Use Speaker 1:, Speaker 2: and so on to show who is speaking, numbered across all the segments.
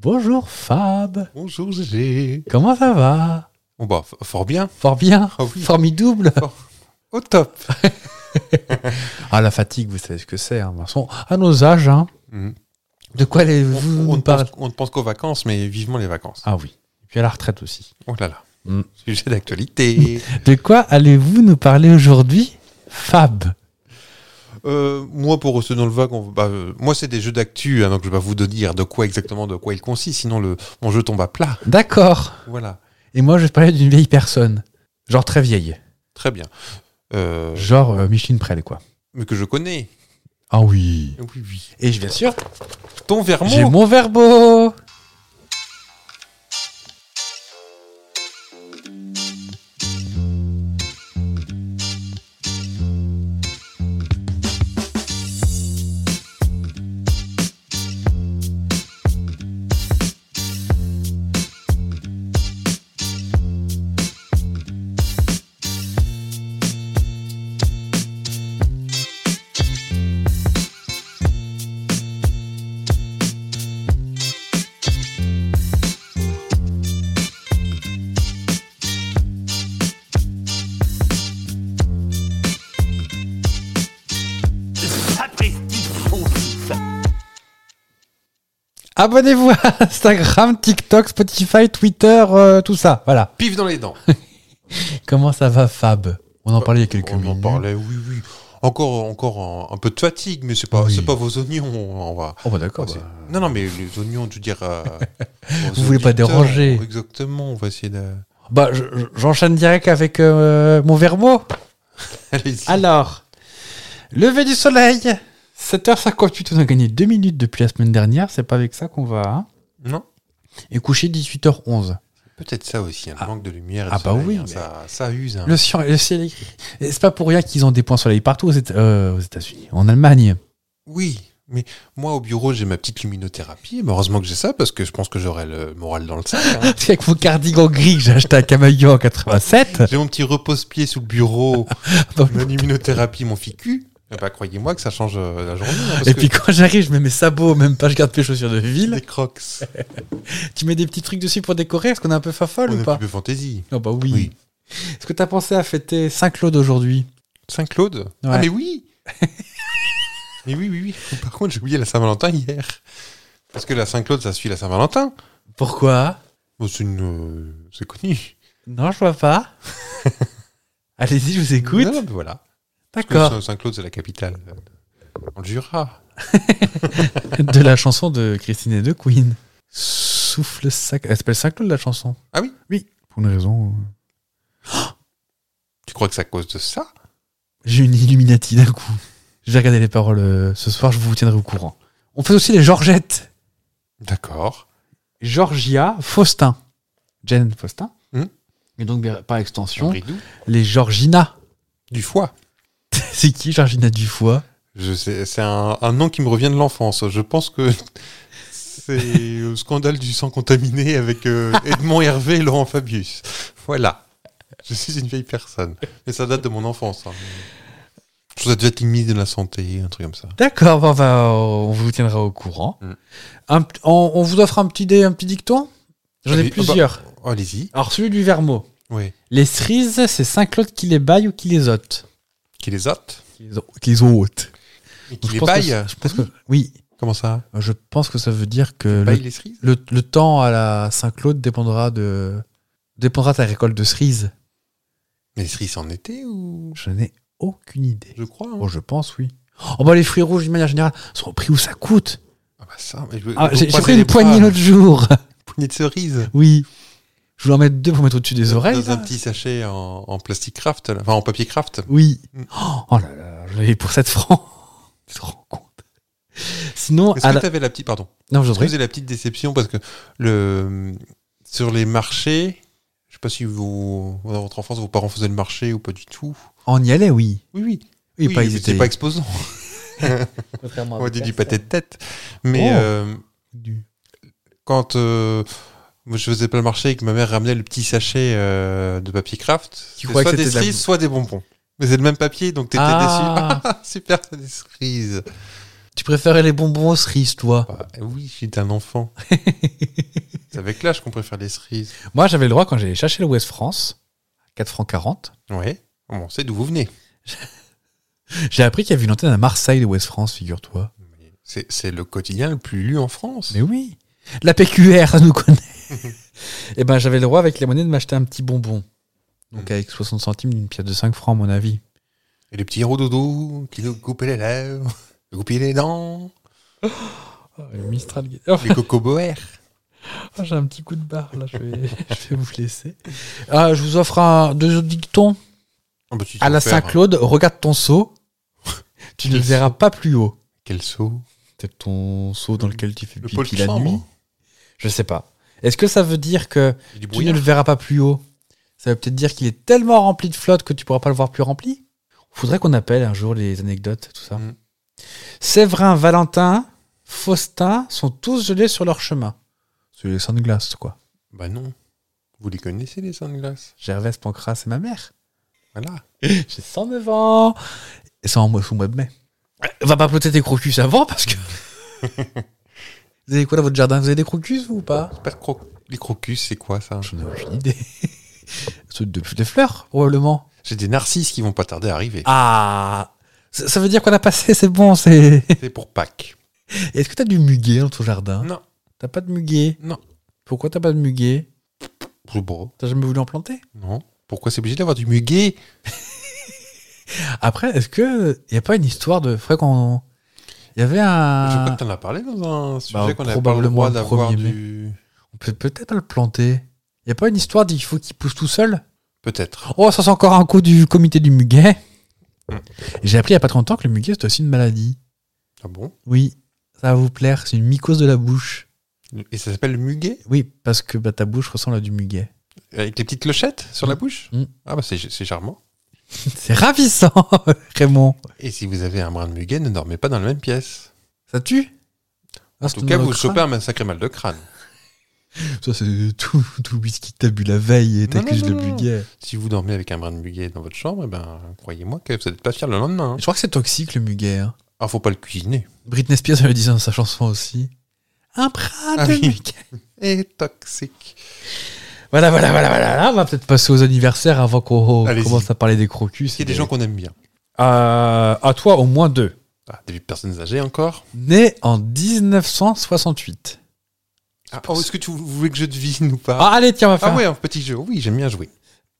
Speaker 1: Bonjour Fab,
Speaker 2: Bonjour GG.
Speaker 1: comment ça va
Speaker 2: Bon bah, f- fort bien.
Speaker 1: Fort bien,
Speaker 2: Ah oui.
Speaker 1: formidable.
Speaker 2: Au top.
Speaker 1: Ah la fatigue, vous savez ce que c'est, hein, de toute façon, à nos âges. hein.
Speaker 2: Mhm.
Speaker 1: De quoi les,
Speaker 2: On,
Speaker 1: vous
Speaker 2: on
Speaker 1: nous
Speaker 2: ne
Speaker 1: parlez
Speaker 2: pense, on ne pense qu'aux vacances, mais vivement les vacances.
Speaker 1: Ah oui, et puis à la retraite aussi.
Speaker 2: Oh là là.
Speaker 1: Mm.
Speaker 2: Sujet d'actualité.
Speaker 1: De quoi allez-vous nous parler aujourd'hui Fab.
Speaker 2: Euh, moi, pour rester dans le vague, on- bah, euh, moi, c'est des jeux d'actu, hein, donc je vais pas vous de dire de quoi exactement, de quoi il consiste, sinon le, mon jeu tombe à plat.
Speaker 1: D'accord.
Speaker 2: Voilà.
Speaker 1: Et moi, je vais te parler d'une vieille personne. Genre très vieille.
Speaker 2: Très bien. Euh,
Speaker 1: Genre euh, Micheline Prel, quoi.
Speaker 2: mais que je connais.
Speaker 1: Ah oui.
Speaker 2: Oui, oui.
Speaker 1: Et je- bien sûr,
Speaker 2: Ton vermont.
Speaker 1: j'ai mon verbo. Abonnez-vous à Instagram, TikTok, Spotify, Twitter, euh, tout ça. Voilà.
Speaker 2: Pif dans les dents.
Speaker 1: Comment ça va, Fab Bah, On en parlait il y a quelques
Speaker 2: On en
Speaker 1: minutes.
Speaker 2: parlait, oui, oui. Encore, encore un, un peu de fatigue, mais c'est pas,
Speaker 1: Oui.
Speaker 2: c'est pas vos oignons. On va.
Speaker 1: Oh bah d'accord.
Speaker 2: C'est-
Speaker 1: bah.
Speaker 2: Non, non, mais les oignons, tu dire. euh, aux
Speaker 1: Vous voulez pas
Speaker 2: auditeurs, euh,
Speaker 1: déranger.
Speaker 2: Exactement, on va essayer de.
Speaker 1: Bah, je- je- j'enchaîne direct avec euh, mon verbo.
Speaker 2: Allez-y.
Speaker 1: Alors, lever du soleil 7h58, on a gagné 2 minutes depuis la semaine dernière, c'est pas avec ça qu'on va. hein.
Speaker 2: Non
Speaker 1: Et coucher 18h11.
Speaker 2: Peut-être ça aussi, hein, le
Speaker 1: Ah.
Speaker 2: manque de lumière. et
Speaker 1: Ah
Speaker 2: de
Speaker 1: bah
Speaker 2: soleil,
Speaker 1: oui,
Speaker 2: hein,
Speaker 1: mais-
Speaker 2: ça, ça use. hein.
Speaker 1: Le, sur- le ciel est gris. Et c'est pas pour rien qu'ils ont des points soleil partout aux, Éta- euh, aux États-Unis, en Allemagne.
Speaker 2: Oui, mais moi au bureau, j'ai ma petite luminothérapie. Mais heureusement que j'ai ça parce que je pense que j'aurai le moral dans le sac. hein.
Speaker 1: C'est avec mon cardigan gris que j'ai acheté à Camaillon en 87.
Speaker 2: j'ai mon petit repose-pied sous le bureau,
Speaker 1: Dans
Speaker 2: ma luminothérapie, mon ficu. Eh bah, croyez-moi que ça change euh, la journée. hein, parce
Speaker 1: Et
Speaker 2: que
Speaker 1: puis quand j'arrive, je mets mes sabots, même pas, je garde mes chaussures de ville.
Speaker 2: les crocs,
Speaker 1: Tu mets des petits trucs dessus pour décorer, est-ce qu'on est un peu
Speaker 2: on
Speaker 1: fafolle
Speaker 2: est
Speaker 1: ou
Speaker 2: un
Speaker 1: pas
Speaker 2: petit peu fantaisie.
Speaker 1: Oh bah oui.
Speaker 2: Oui.
Speaker 1: Est-ce que t'as pensé à fêter Saint-Claude aujourd'hui
Speaker 2: Saint-Claude Ah,
Speaker 1: Ouais.
Speaker 2: mais oui Mais oui, oui, oui. Par contre, j'ai oublié la Saint-Valentin hier. Parce que la Saint-Claude, ça suit la Saint-Valentin.
Speaker 1: Pourquoi
Speaker 2: Bon, c'est une. euh, c'est connu.
Speaker 1: Non, je vois pas. Allez-y, je vous écoute.
Speaker 2: Non, non, mais voilà. Parce que
Speaker 1: D'accord.
Speaker 2: Saint- Saint-Claude, c'est la capitale. euh, On le jura.
Speaker 1: De la chanson de Christine et de Queen. Souffle sac. Elle s'appelle Saint-Claude, la chanson.
Speaker 2: Ah oui
Speaker 1: Oui. Pour une raison. euh,
Speaker 2: Tu crois que c'est à cause de ça
Speaker 1: J'ai une Illuminati d'un coup. Je vais regarder les paroles euh, ce soir, je vous tiendrai au courant. On fait aussi les Georgettes.
Speaker 2: D'accord.
Speaker 1: Georgia Faustin. Jane Faustin.
Speaker 2: Hum.
Speaker 1: Et donc, bien- par extension,
Speaker 2: Bridou.
Speaker 1: les Georgina.
Speaker 2: Du foie.
Speaker 1: C'est qui, Georgina Dufoy
Speaker 2: Je sais, c'est un, un nom qui me revient de l'enfance. Je pense que c'est le scandale du sang contaminé avec euh, Edmond Hervé et Laurent Fabius. Voilà. Je suis une vieille personne. Mais ça date de mon enfance. hein. Je pense que ça devait être une ministre de la Santé, un truc comme ça.
Speaker 1: D'accord, bon, bah, on vous tiendra au courant.
Speaker 2: Mm.
Speaker 1: Un p- on, on vous offre un petit, dé, un petit dicton J'en ai
Speaker 2: Allez,
Speaker 1: plusieurs.
Speaker 2: Oh, Allez-y.
Speaker 1: Alors celui du Vermo.
Speaker 2: Oui.
Speaker 1: Les cerises, c'est Saint-Claude qui les baille ou qui les ôte
Speaker 2: Qui les hâte.
Speaker 1: Qui les, ôte.
Speaker 2: Et qui
Speaker 1: Donc,
Speaker 2: les
Speaker 1: pense que
Speaker 2: baille.
Speaker 1: c'est- je pense que- oui,
Speaker 2: Comment ça
Speaker 1: je pense que ça veut dire que
Speaker 2: Baille
Speaker 1: le,
Speaker 2: les cerises
Speaker 1: le- le temps à la Saint-Claude dépendra de dépendra de ta récolte de cerises.
Speaker 2: Mais les cerises en été ou
Speaker 1: Je n'ai aucune idée.
Speaker 2: Je crois. hein.
Speaker 1: Bon, je pense, oui. Oh, bah, les fruits rouges, d'une manière générale, sont au prix où ça coûte.
Speaker 2: Ah bah ça, mais je veux-
Speaker 1: Ah,
Speaker 2: faut
Speaker 1: J'ai j'ai
Speaker 2: croiser
Speaker 1: pris
Speaker 2: les
Speaker 1: une poignée
Speaker 2: bras.
Speaker 1: l'autre jour.
Speaker 2: Poignée de cerises.
Speaker 1: Oui. Je voulais en mettre deux pour mettre au-dessus des oreilles.
Speaker 2: Dans un
Speaker 1: là.
Speaker 2: petit sachet en, en plastique craft, là. enfin en papier craft.
Speaker 1: Oui.
Speaker 2: Mm.
Speaker 1: Oh là là, je l'avais pour 7 francs. Tu te rends compte Sinon,
Speaker 2: Est-ce
Speaker 1: à
Speaker 2: que
Speaker 1: la-
Speaker 2: t'avais la petite, pardon,
Speaker 1: non, je
Speaker 2: est-ce que
Speaker 1: trouve.
Speaker 2: vous avez la petite déception parce que le sur les marchés, je sais pas si vous dans votre enfance vos parents faisaient le marché ou pas du tout.
Speaker 1: On y allait, oui.
Speaker 2: Oui oui.
Speaker 1: Oui, pas,
Speaker 2: mais
Speaker 1: ils
Speaker 2: c'est
Speaker 1: étaient.
Speaker 2: pas exposant.
Speaker 1: Contrairement
Speaker 2: On va dire du pâté de tête. Mais
Speaker 1: Oh.
Speaker 2: euh, quand euh, moi, je faisais pas le marché et que ma mère ramenait le petit sachet euh, de papier craft, c'était
Speaker 1: crois que
Speaker 2: soit des
Speaker 1: c'était de la-
Speaker 2: cerises, soit des bonbons. Mais c'est le même papier, donc t'étais déçu.
Speaker 1: Ah.
Speaker 2: Ah, super, c'est des cerises.
Speaker 1: Tu préférais les bonbons aux cerises, toi
Speaker 2: Bah, oui, j'étais un enfant. c'est avec l'âge qu'on préfère les cerises.
Speaker 1: Moi, j'avais le droit quand j'allais chercher l'Ouest France, 4 francs 40.
Speaker 2: Ouais. On sait d'où vous venez.
Speaker 1: J'ai appris qu'il y avait une antenne à Marseille de Ouest France, figure-toi.
Speaker 2: C'est c'est le quotidien le plus lu en France.
Speaker 1: Mais oui La PQR, ça nous connaît Et ben, j'avais le droit avec les monnaies de m'acheter un petit bonbon. Donc,
Speaker 2: Mhm.
Speaker 1: avec 60 centimes d'une pièce de 5 francs, à mon avis.
Speaker 2: Et les petits rododos qui nous coupaient les lèvres, nous coupaient les dents,
Speaker 1: Mistral.
Speaker 2: les cocoboers.
Speaker 1: Ah, J'ai un petit coup de barre, là, je vais, vous laisser. Ah, je vous offre un, deux autres dictons.
Speaker 2: Ah bah, tu sais
Speaker 1: À la
Speaker 2: faire, hein.
Speaker 1: Saint-Claude, regarde ton seau, tu ne le
Speaker 2: Quel
Speaker 1: verras pas plus haut.
Speaker 2: Quel saut
Speaker 1: Peut-être ton seau dans lequel tu fais
Speaker 2: Le
Speaker 1: pipi
Speaker 2: pôle
Speaker 1: la nuit.
Speaker 2: chambre.
Speaker 1: Je sais pas. Est-ce que ça veut dire que
Speaker 2: Il y a Du
Speaker 1: tu ne
Speaker 2: brouillard.
Speaker 1: le verras pas plus haut Ça veut peut-être dire qu'il est tellement rempli de flotte que tu pourras pas le voir plus rempli Faudrait qu'on appelle un jour les anecdotes, tout ça.
Speaker 2: Mm.
Speaker 1: Séverin, Valentin, Faustin sont tous gelés sur leur chemin. C'est les de glace, quoi.
Speaker 2: Bah non. Vous les connaissez, les saints de glace
Speaker 1: Gervais Pancras, c'est ma mère.
Speaker 2: Voilà.
Speaker 1: J'ai 109 ans. Et ça en mois sous mois de mai. Euh, Va pas ploter tes crocus avant parce que. Vous avez quoi dans votre jardin Vous avez des crocus vous, ou pas
Speaker 2: C'est pas de croc- Les crocus, c'est quoi ça
Speaker 1: J'en ai aucune idée. Ceux de des fleurs, probablement.
Speaker 2: J'ai des narcisses qui vont pas tarder à arriver.
Speaker 1: Ah Ça ça veut dire qu'on a passé, c'est bon. c'est...
Speaker 2: C'est pour Pâques.
Speaker 1: Est-ce que t'as du muguet dans ton jardin
Speaker 2: Non.
Speaker 1: T'as pas de muguet
Speaker 2: Non.
Speaker 1: Pourquoi t'as pas de muguet
Speaker 2: Je sais pas.
Speaker 1: T'as jamais voulu en planter
Speaker 2: Non. Pourquoi c'est obligé d'avoir du muguet
Speaker 1: Après, est-ce que y a pas une histoire de. Faudrait qu'on. Il y avait
Speaker 2: Je crois
Speaker 1: un.
Speaker 2: que t'en as parlé dans un sujet
Speaker 1: Ah. Bah,
Speaker 2: qu'on avait pas le
Speaker 1: probablement
Speaker 2: droit
Speaker 1: le
Speaker 2: d'avoir
Speaker 1: 1er mai.
Speaker 2: du...
Speaker 1: On peut peut-être le planter. Y a pas une histoire d'il faut qu'il pousse tout seul
Speaker 2: Peut-être.
Speaker 1: Oh, ça c'est encore un coup du comité du muguet.
Speaker 2: Mm.
Speaker 1: J'ai appris il n'y a pas trop longtemps que le muguet c'est aussi une maladie.
Speaker 2: Ah bon
Speaker 1: Oui, ça va vous plaire, c'est une mycose de la bouche.
Speaker 2: Et ça s'appelle le muguet
Speaker 1: Oui, parce que bah, ta bouche ressemble à du muguet.
Speaker 2: Avec les petites clochettes sur la bouche
Speaker 1: Mm.
Speaker 2: Ah bah c'est c'est charmant.
Speaker 1: C'est ravissant, Raymond.
Speaker 2: Et si vous avez un brin de muguet, ne dormez pas dans la même pièce.
Speaker 1: Ça tue Ah,
Speaker 2: En tout cas, vous chopez un sacré mal de crâne.
Speaker 1: Ça c'est tout, tout le whisky que t'as bu la veille et
Speaker 2: Non,
Speaker 1: t'accuses
Speaker 2: non,
Speaker 1: le
Speaker 2: non, non.
Speaker 1: muguet.
Speaker 2: Si vous dormez avec un brin de muguet dans votre chambre, eh ben, croyez-moi que vous n'êtes pas fier le lendemain. hein.
Speaker 1: Je crois que c'est toxique le muguet. hein.
Speaker 2: Ah, faut pas le cuisiner.
Speaker 1: Britney Spears elle le disait dans sa chanson aussi. Un brin
Speaker 2: Ah
Speaker 1: de
Speaker 2: oui.
Speaker 1: muguet.
Speaker 2: Et toxique.
Speaker 1: Voilà, voilà, voilà, voilà. On va peut-être passer aux anniversaires avant qu'on
Speaker 2: Allez-y.
Speaker 1: commence à parler des crocus.
Speaker 2: Il y a des gens qu'on aime bien.
Speaker 1: Euh, à toi, au moins deux.
Speaker 2: Ah, des personnes âgées encore.
Speaker 1: Né en 1968.
Speaker 2: Ah, oh, est-ce que tu voulais que je devine ou pas
Speaker 1: Ah, allez, tiens, on va faire.
Speaker 2: Ah ouais, un petit jeu. Oui, j'aime bien jouer.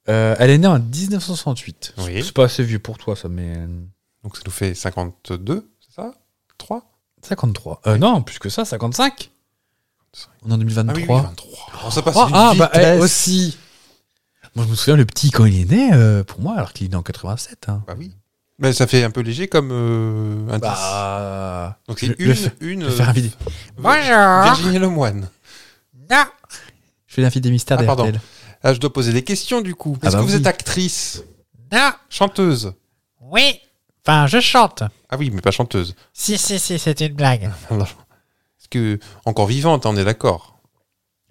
Speaker 1: Euh, elle est née en 1968.
Speaker 2: Oui.
Speaker 1: C'est pas assez vieux pour toi, ça, mais. euh,
Speaker 2: Donc ça nous fait 52, c'est ça 3
Speaker 1: 53. Euh, Non, plus que ça, 55. On est en 2023.
Speaker 2: Ah oui, oui, 23. Oh, ça passe
Speaker 1: Oh,
Speaker 2: une
Speaker 1: ah, bah,
Speaker 2: vitesse.
Speaker 1: elle aussi. Moi, je me souviens, le petit, quand il est né, euh, pour moi, alors qu'il est né en 87. hein.
Speaker 2: Bah oui. Mais ça fait un peu léger comme euh, indice.
Speaker 1: Bah.
Speaker 2: Donc c'est
Speaker 1: le-
Speaker 2: une,
Speaker 1: le fait-
Speaker 2: une
Speaker 1: Je vais faire un vidéo.
Speaker 2: euh, Virginie Lemoine.
Speaker 1: Je fais l'invité des mystères
Speaker 2: Ah,
Speaker 1: des
Speaker 2: pardon.
Speaker 1: RTL.
Speaker 2: Ah, je dois poser des questions du coup.
Speaker 1: Ah
Speaker 2: Est-ce
Speaker 1: bah
Speaker 2: que vous
Speaker 1: oui. Ah.
Speaker 2: êtes actrice Chanteuse
Speaker 3: Oui. Enfin, je chante.
Speaker 2: Ah oui, mais pas chanteuse.
Speaker 3: Si, si, si, c'est une blague.
Speaker 2: Parce que encore vivante, on est d'accord.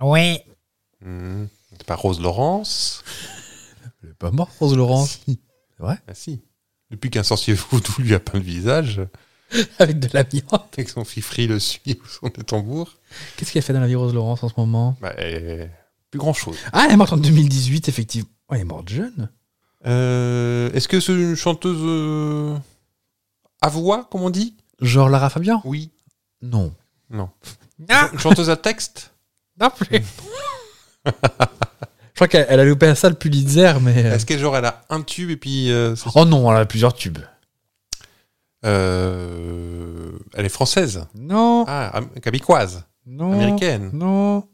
Speaker 3: Oui.
Speaker 2: Hmm. C'est pas Rose Laurence
Speaker 1: Elle est pas mort, Rose Laurence.
Speaker 2: Ah si. Depuis qu'un sorcier vaudou lui a peint le visage
Speaker 1: Avec de l'amiante.
Speaker 2: et que son fifri le suit ou son tambour,
Speaker 1: Qu'est-ce qu'elle fait dans la vie, Rose Laurence, en ce moment
Speaker 2: bah, euh, plus grand chose.
Speaker 1: Ah, elle est morte en 2018, effectivement. Ouais, elle est morte jeune.
Speaker 2: Euh, Est-ce que c'est une chanteuse euh, à voix, comme on dit
Speaker 1: Genre Lara Fabian
Speaker 2: Oui.
Speaker 1: Non.
Speaker 3: Non,
Speaker 2: Une chanteuse à texte
Speaker 3: non plus.
Speaker 1: Hmm. Je crois qu'elle elle a loupé ça le Pulitzer, mais. euh,
Speaker 2: Est-ce qu'elle genre elle a un tube et puis euh, c'est-
Speaker 1: Oh non, elle a plusieurs tubes.
Speaker 2: Euh, elle est française
Speaker 1: Non,
Speaker 2: Ah, am- québécoise,
Speaker 1: non.
Speaker 2: américaine,
Speaker 1: Non,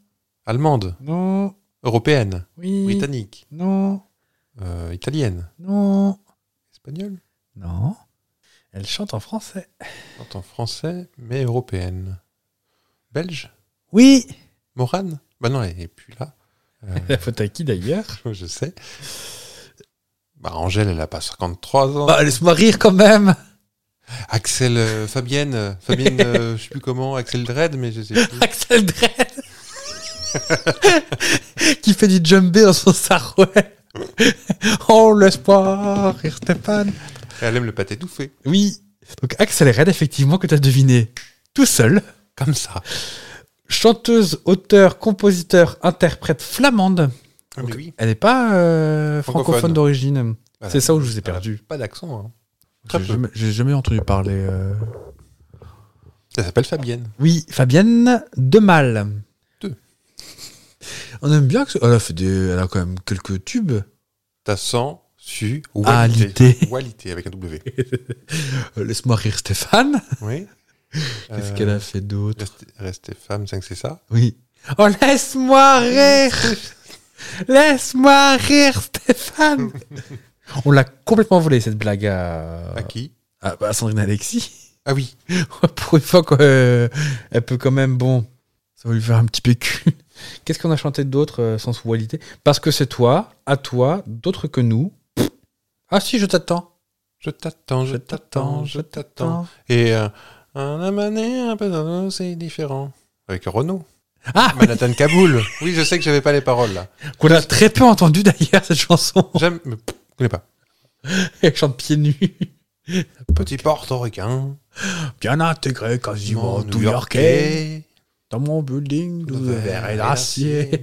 Speaker 2: allemande,
Speaker 1: non,
Speaker 2: européenne,
Speaker 1: oui.
Speaker 2: britannique,
Speaker 1: Non,
Speaker 2: euh, italienne,
Speaker 1: non.
Speaker 2: espagnole,
Speaker 1: Non. Elle chante en français.
Speaker 2: chante en français mais européenne, belge,
Speaker 1: Oui.
Speaker 2: morane. Bah non, elle est plus là. Euh,
Speaker 1: La faute à qui d'ailleurs
Speaker 2: je sais. Bah, Angèle, elle a pas 53 ans.
Speaker 1: Bah, laisse-moi rire quand même.
Speaker 2: Axel euh, Fabienne, euh, Fabienne, euh, je sais plus comment, Axel Dredd, mais je sais plus.
Speaker 1: Axel Dredd. qui fait du jumbé dans son sarouet. oh, laisse-moi rire, Stéphane.
Speaker 2: Elle aime le pâté tout fait.
Speaker 1: Oui. Donc Axel Red, effectivement, que tu as deviné tout seul.
Speaker 2: Comme ça.
Speaker 1: Chanteuse, auteur, compositeur, interprète flamande.
Speaker 2: Ah, mais oui.
Speaker 1: Elle n'est pas euh, francophone,
Speaker 2: Francophone.
Speaker 1: d'origine. C'est ça où je vous ai
Speaker 2: Voilà.
Speaker 1: perdu.
Speaker 2: Pas d'accent. hein. Très
Speaker 1: J'ai
Speaker 2: peu.
Speaker 1: jamais, j'ai jamais entendu parler. euh.
Speaker 2: Ça s'appelle Fabienne.
Speaker 1: Oui, Fabienne Demal.
Speaker 2: Deux.
Speaker 1: On aime bien que. ce- Elle a, fait des- elle a quand même quelques tubes.
Speaker 2: T'as 100 su
Speaker 1: Alité.
Speaker 2: Walité. Walité avec un W.
Speaker 1: Euh, Laisse-moi rire Stéphane.
Speaker 2: Oui.
Speaker 1: Qu'est-ce
Speaker 2: Euh,
Speaker 1: qu'elle a fait d'autre
Speaker 2: Restez, restez femme, 5 c'est ça.
Speaker 1: Oui. Oh, laisse-moi rire Laisse-moi rire, Stéphane On l'a complètement volé, cette blague à,
Speaker 2: À qui
Speaker 1: à- Ah, bah, à Sandrine Alexis.
Speaker 2: Ah oui.
Speaker 1: Pour une fois, quoi, euh, elle peut quand même, bon, ça va lui faire un petit pécule. Qu'est-ce qu'on a chanté d'autre euh, sans souveraineté Parce que c'est toi, à toi, d'autres que nous. Ah si, je t'attends.
Speaker 2: Je t'attends, je t'attends, je t'attends. Et euh, un amané, un peu d'un autre, c'est différent. Avec Renault.
Speaker 1: Ah, oui,
Speaker 2: Manhattan Kaboul. Oui, je sais que j'avais pas les paroles là.
Speaker 1: qu'on a très peu entendu d'ailleurs, cette chanson.
Speaker 2: J'aime. mais, pff, Je connais pas.
Speaker 1: Elle chante pieds nus.
Speaker 2: Petit portoricain.
Speaker 1: Bien intégré, quasiment tout-yorkais.
Speaker 2: new-yorkais.
Speaker 1: Dans mon building, le verre et
Speaker 2: et
Speaker 1: l'acier.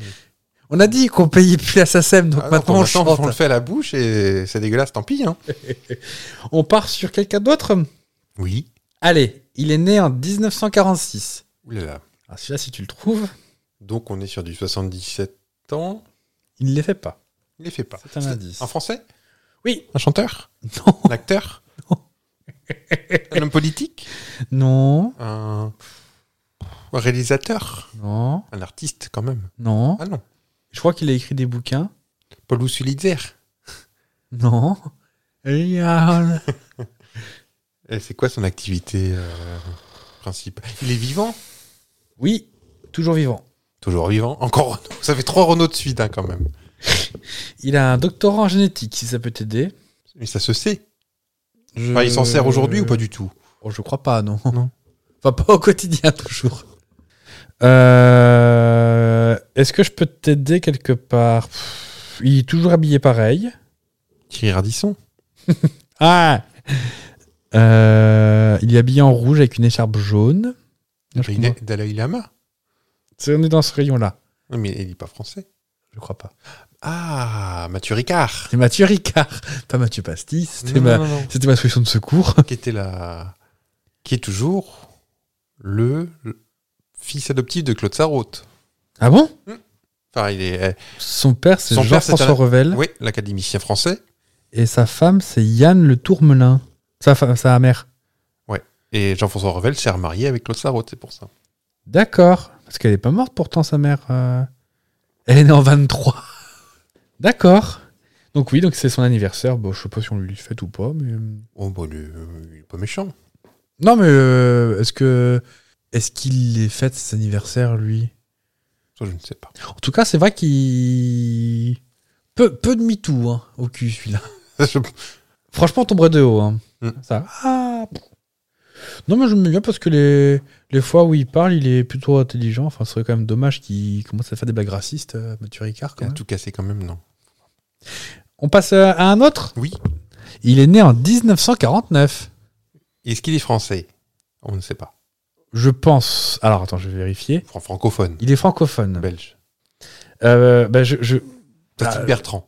Speaker 1: On a dit qu'on payait plus la SACEM, donc
Speaker 2: Ah non,
Speaker 1: maintenant
Speaker 2: pour
Speaker 1: on
Speaker 2: l'instant,
Speaker 1: chante.
Speaker 2: On le fait à la bouche et c'est dégueulasse, tant pis. Hein.
Speaker 1: On part sur quelqu'un d'autre
Speaker 2: Oui.
Speaker 1: Allez, il est né en 1946.
Speaker 2: Oulala.
Speaker 1: Alors Ah, celui-là, si tu le trouves,
Speaker 2: Donc on est sur du 77 ans.
Speaker 1: il ne les fait pas.
Speaker 2: Il les fait pas.
Speaker 1: C'est un indice.
Speaker 2: Un français
Speaker 1: Oui.
Speaker 2: Un chanteur
Speaker 1: Non.
Speaker 2: Un acteur Un homme politique
Speaker 1: Non,
Speaker 2: un... un réalisateur
Speaker 1: non,
Speaker 2: Un artiste quand même
Speaker 1: non.
Speaker 2: Ah non.
Speaker 1: Je crois qu'il a écrit des bouquins.
Speaker 2: Paul Sulitzer.
Speaker 1: Non. Il y a-
Speaker 2: Et c'est quoi son activité euh, principale Il est vivant
Speaker 1: Oui, toujours vivant.
Speaker 2: Toujours vivant. Encore Renaud. Ça fait trois Renault de suite hein, quand même.
Speaker 1: Il a un doctorat en génétique, si ça peut t'aider.
Speaker 2: Mais ça se sait.
Speaker 1: Je-
Speaker 2: Enfin, il s'en sert aujourd'hui ou pas du tout
Speaker 1: Oh, je crois pas, non.
Speaker 2: Non.
Speaker 1: Enfin, pas au quotidien, toujours. Euh, Est-ce que je peux t'aider quelque part Pff, Il est toujours habillé pareil.
Speaker 2: Thierry Radisson
Speaker 1: Ah Euh, Il est habillé en rouge avec une écharpe jaune. Non, je
Speaker 2: Il
Speaker 1: comprends-
Speaker 2: est Dalai Lama.
Speaker 1: C'est- on est dans ce rayon-là.
Speaker 2: Non, mais il n'est pas français.
Speaker 1: Je crois pas.
Speaker 2: Ah, Mathieu Ricard.
Speaker 1: C'est Mathieu Ricard, pas Mathieu Pastis. C'était
Speaker 2: Non,
Speaker 1: ma,
Speaker 2: non, non, non.
Speaker 1: c'était ma solution de secours.
Speaker 2: Qui était la... Qui est toujours le le fils adoptif de Claude Sarraute.
Speaker 1: Ah bon
Speaker 2: Enfin, il est. euh,
Speaker 1: Son père, c'est
Speaker 2: Son père, c'est
Speaker 1: Jean-François
Speaker 2: un-
Speaker 1: Revel.
Speaker 2: oui, l'académicien français.
Speaker 1: Et sa femme, c'est Yann Le Tourmelin. Sa, fa- sa mère.
Speaker 2: Et Jean-François Revel s'est remarié avec Claude Sarraute, c'est pour ça.
Speaker 1: D'accord. Parce qu'elle est pas morte pourtant, sa mère. euh. Elle est née en 23. D'accord. Donc oui, donc c'est son anniversaire. Bon, je sais pas si on lui fait ou pas, mais... euh,
Speaker 2: Oh, bah, il est, euh, il est pas méchant.
Speaker 1: Non, mais euh, est-ce que... Est-ce qu'il est fête cet anniversaire, lui
Speaker 2: Ça, je ne sais pas.
Speaker 1: En tout cas, c'est vrai qu'il... Peu, peu de MeToo hein, au cul, celui-là.
Speaker 2: Je-
Speaker 1: Franchement, on tomberait de haut. hein.
Speaker 2: Mm.
Speaker 1: Ça. ah, pff. Non, mais je me bien parce que les, les fois où il parle, il est plutôt intelligent. Enfin, ce serait quand même dommage qu'il commence à faire des blagues racistes, euh, Mathieu Ricard. Quand
Speaker 2: Il a
Speaker 1: même.
Speaker 2: tout cassé quand même, non.
Speaker 1: On passe euh, à un autre
Speaker 2: Oui.
Speaker 1: Il est né en 1949.
Speaker 2: Est-ce qu'il est français On ne sait pas.
Speaker 1: Je pense. Alors, attends, je vais vérifier.
Speaker 2: Fran- francophone.
Speaker 1: Il est francophone.
Speaker 2: Belge.
Speaker 1: Euh, bah, je, je...
Speaker 2: Patrick
Speaker 1: Ah,
Speaker 2: Bertrand.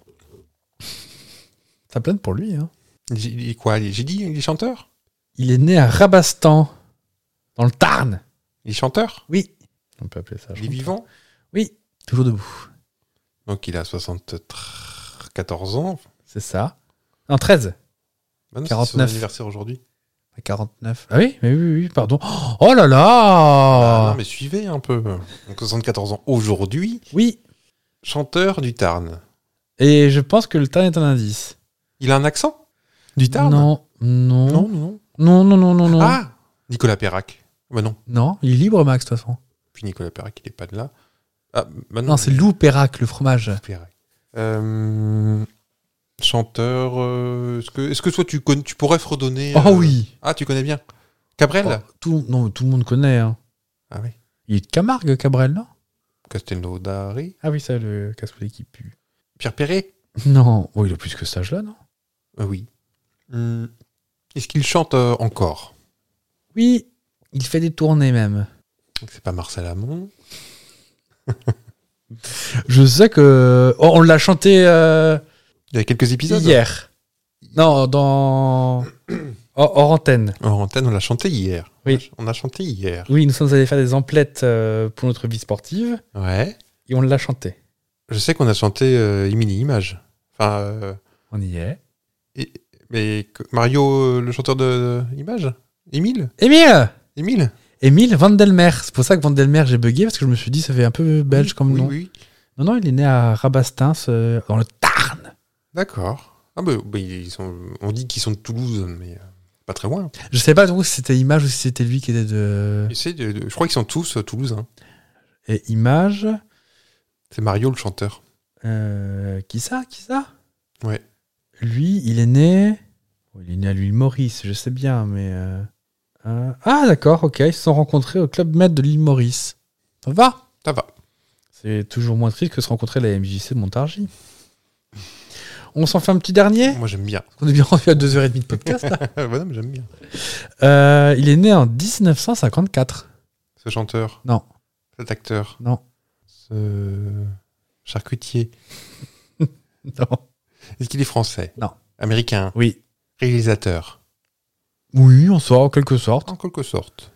Speaker 1: Ça plaide pour lui. hein.
Speaker 2: J'ai- Il est quoi J'ai dit, il est chanteur
Speaker 1: Il est né à Rabastan, dans le Tarn.
Speaker 2: Il est chanteur
Speaker 1: Oui. On peut appeler ça.
Speaker 2: Il est
Speaker 1: chanteur.
Speaker 2: vivant
Speaker 1: Oui. Toujours debout.
Speaker 2: Donc il a 74 ans.
Speaker 1: C'est ça. En 13.
Speaker 2: Bah non, c'est
Speaker 1: 49.
Speaker 2: son anniversaire aujourd'hui.
Speaker 1: À 49. Ah oui, mais oui, oui, oui, pardon. Oh là
Speaker 2: Ah,
Speaker 1: là
Speaker 2: non, mais suivez un peu. Donc 74 ans aujourd'hui,
Speaker 1: Oui,
Speaker 2: chanteur du Tarn.
Speaker 1: et je pense que le Tarn est un indice.
Speaker 2: Il a un accent Du Tarn
Speaker 1: Non, non, non,
Speaker 2: Non, non, non.
Speaker 1: non, non, non, non.
Speaker 2: Ah Nicolas Perrac. Bah non,
Speaker 1: Non, il est libre, Max, de toute façon.
Speaker 2: puis Nicolas Perrac, il est pas de là. Ah, bah
Speaker 1: Non, c'est Lou Perrac, le fromage.
Speaker 2: Perrac. Euh, chanteur. euh, Est-ce que, est que toi tu, connais, tu pourrais fredonner.
Speaker 1: Ah
Speaker 2: euh,
Speaker 1: oui
Speaker 2: Ah, tu connais bien Cabrel
Speaker 1: Oh, tout, Non, mais tout le monde connaît. hein.
Speaker 2: Ah oui.
Speaker 1: Il est de Camargue, Cabrel, non
Speaker 2: Castelnau d'Ari.
Speaker 1: Ah oui, ça, le casse qui pue.
Speaker 2: Pierre Perret
Speaker 1: Non, oh, il a plus que ça, là, non
Speaker 2: Ah Oui. Est-ce qu'il chante euh, encore
Speaker 1: Oui, il fait des tournées même.
Speaker 2: Donc, C'est pas Marcel Amon.
Speaker 1: Je sais que. oh, on l'a chanté euh,
Speaker 2: Il y a quelques épisodes.
Speaker 1: hier. Non, dans. hors, hors antenne.
Speaker 2: En antenne, on l'a chanté hier.
Speaker 1: Oui.
Speaker 2: On a chanté hier.
Speaker 1: Oui, nous sommes allés faire des emplettes euh, pour notre vie sportive
Speaker 2: Ouais.
Speaker 1: et on l'a chanté.
Speaker 2: Je sais qu'on a chanté euh, Imini Image. Enfin, euh,
Speaker 1: On y est.
Speaker 2: et- mais que- Mario, euh, le chanteur de de Image Émile
Speaker 1: Émile
Speaker 2: Émile
Speaker 1: Émile Vandelmer. C'est pour ça que Vandelmer, j'ai bugué parce que je me suis dit, ça fait un peu belge comme
Speaker 2: Oui,
Speaker 1: nom.
Speaker 2: oui.
Speaker 1: Non, non, il est né à Rabastins, euh, dans le Tarn.
Speaker 2: D'accord. Ah ben, ben, ils sont, on dit qu'ils sont de Toulouse, mais euh, pas très loin.
Speaker 1: Je sais pas trop si c'était Image ou si c'était lui qui était de.
Speaker 2: Et c'est de- de- je crois qu'ils sont tous euh, toulousains.
Speaker 1: Et Image.
Speaker 2: C'est Mario le chanteur.
Speaker 1: Euh, qui ça Qui ça
Speaker 2: Ouais.
Speaker 1: Lui, il est né. bon, il est né à l'île Maurice, je sais bien, mais. euh, euh, Ah, d'accord, ok. Ils se sont rencontrés au club maître de l'île Maurice. Ça va
Speaker 2: Ça va.
Speaker 1: C'est toujours moins triste que se rencontrer à la MJC de Montargis. On s'en fait un petit dernier
Speaker 2: Moi j'aime bien.
Speaker 1: On est bien rendu à 2h30 de podcast. là.
Speaker 2: voilà, mais j'aime bien.
Speaker 1: Euh, il est né en 1954.
Speaker 2: Ce chanteur.
Speaker 1: Non.
Speaker 2: Cet acteur.
Speaker 1: Non.
Speaker 2: Ce charcutier.
Speaker 1: Non.
Speaker 2: Est-ce qu'il est français
Speaker 1: Non.
Speaker 2: Américain.
Speaker 1: Oui.
Speaker 2: Réalisateur.
Speaker 1: Oui, en sort, en quelque sorte.
Speaker 2: En quelque sorte.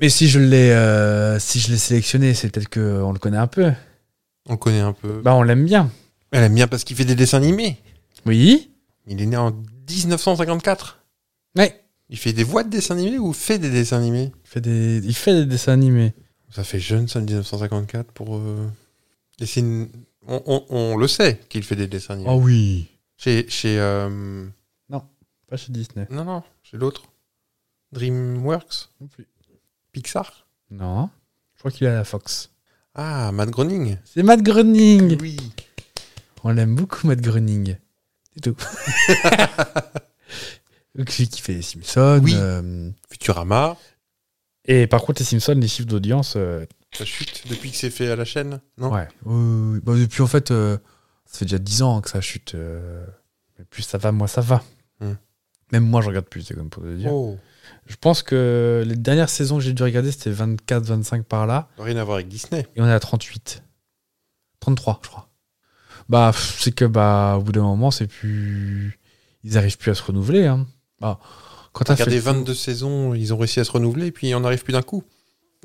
Speaker 1: Mais si je l'ai euh, si je l'ai sélectionné, c'est peut-être qu'on le connaît un peu.
Speaker 2: On le connaît un peu.
Speaker 1: Bah, on l'aime bien.
Speaker 2: Elle aime bien parce qu'il fait des dessins animés.
Speaker 1: Oui
Speaker 2: Il est né en 1954.
Speaker 1: Ouais.
Speaker 2: Il fait des voix de dessins animés ou fait des dessins animés
Speaker 1: Il fait des, il fait des dessins animés.
Speaker 2: Ça fait jeune ça, 1954 pour. euh, et c'est une- on, on- on le sait qu'il fait des dessins
Speaker 1: Oh.
Speaker 2: animés.
Speaker 1: Ah oui.
Speaker 2: Chez. chez euh,
Speaker 1: Pas chez Disney.
Speaker 2: Non, non, chez l'autre. DreamWorks
Speaker 1: Non plus.
Speaker 2: Pixar
Speaker 1: Non. Je crois qu'il est à la Fox.
Speaker 2: Ah, Matt Groening
Speaker 1: C'est Matt Groening.
Speaker 2: Oui.
Speaker 1: On l'aime beaucoup, Matt Groening. C'est tout. Donc, Celui qui fait les Simpsons.
Speaker 2: Oui.
Speaker 1: euh,
Speaker 2: Futurama,
Speaker 1: Et par contre, les Simpsons, les chiffres d'audience. euh,
Speaker 2: ça chute depuis que c'est fait à la chaîne Non
Speaker 1: Ouais. Oui, oui. Bah, depuis, en fait, euh, ça fait déjà 10 ans hein, que ça chute. euh, mais plus ça va, moins ça va.
Speaker 2: Hmm.
Speaker 1: Même moi, je regarde plus, c'est comme pour te dire.
Speaker 2: Oh,
Speaker 1: Je pense que les dernières saisons que j'ai dû regarder, c'était 24, 25 par là.
Speaker 2: rien à voir avec Disney.
Speaker 1: Et on est à 38. 33, je crois. Bah, pff, c'est que, bah, au bout d'un moment, c'est plus. Ils arrivent plus à se renouveler. Hein. Bah, quand t'as fait.
Speaker 2: Regardez 22 saisons, ils ont réussi à se renouveler, et puis on n'arrive plus d'un coup.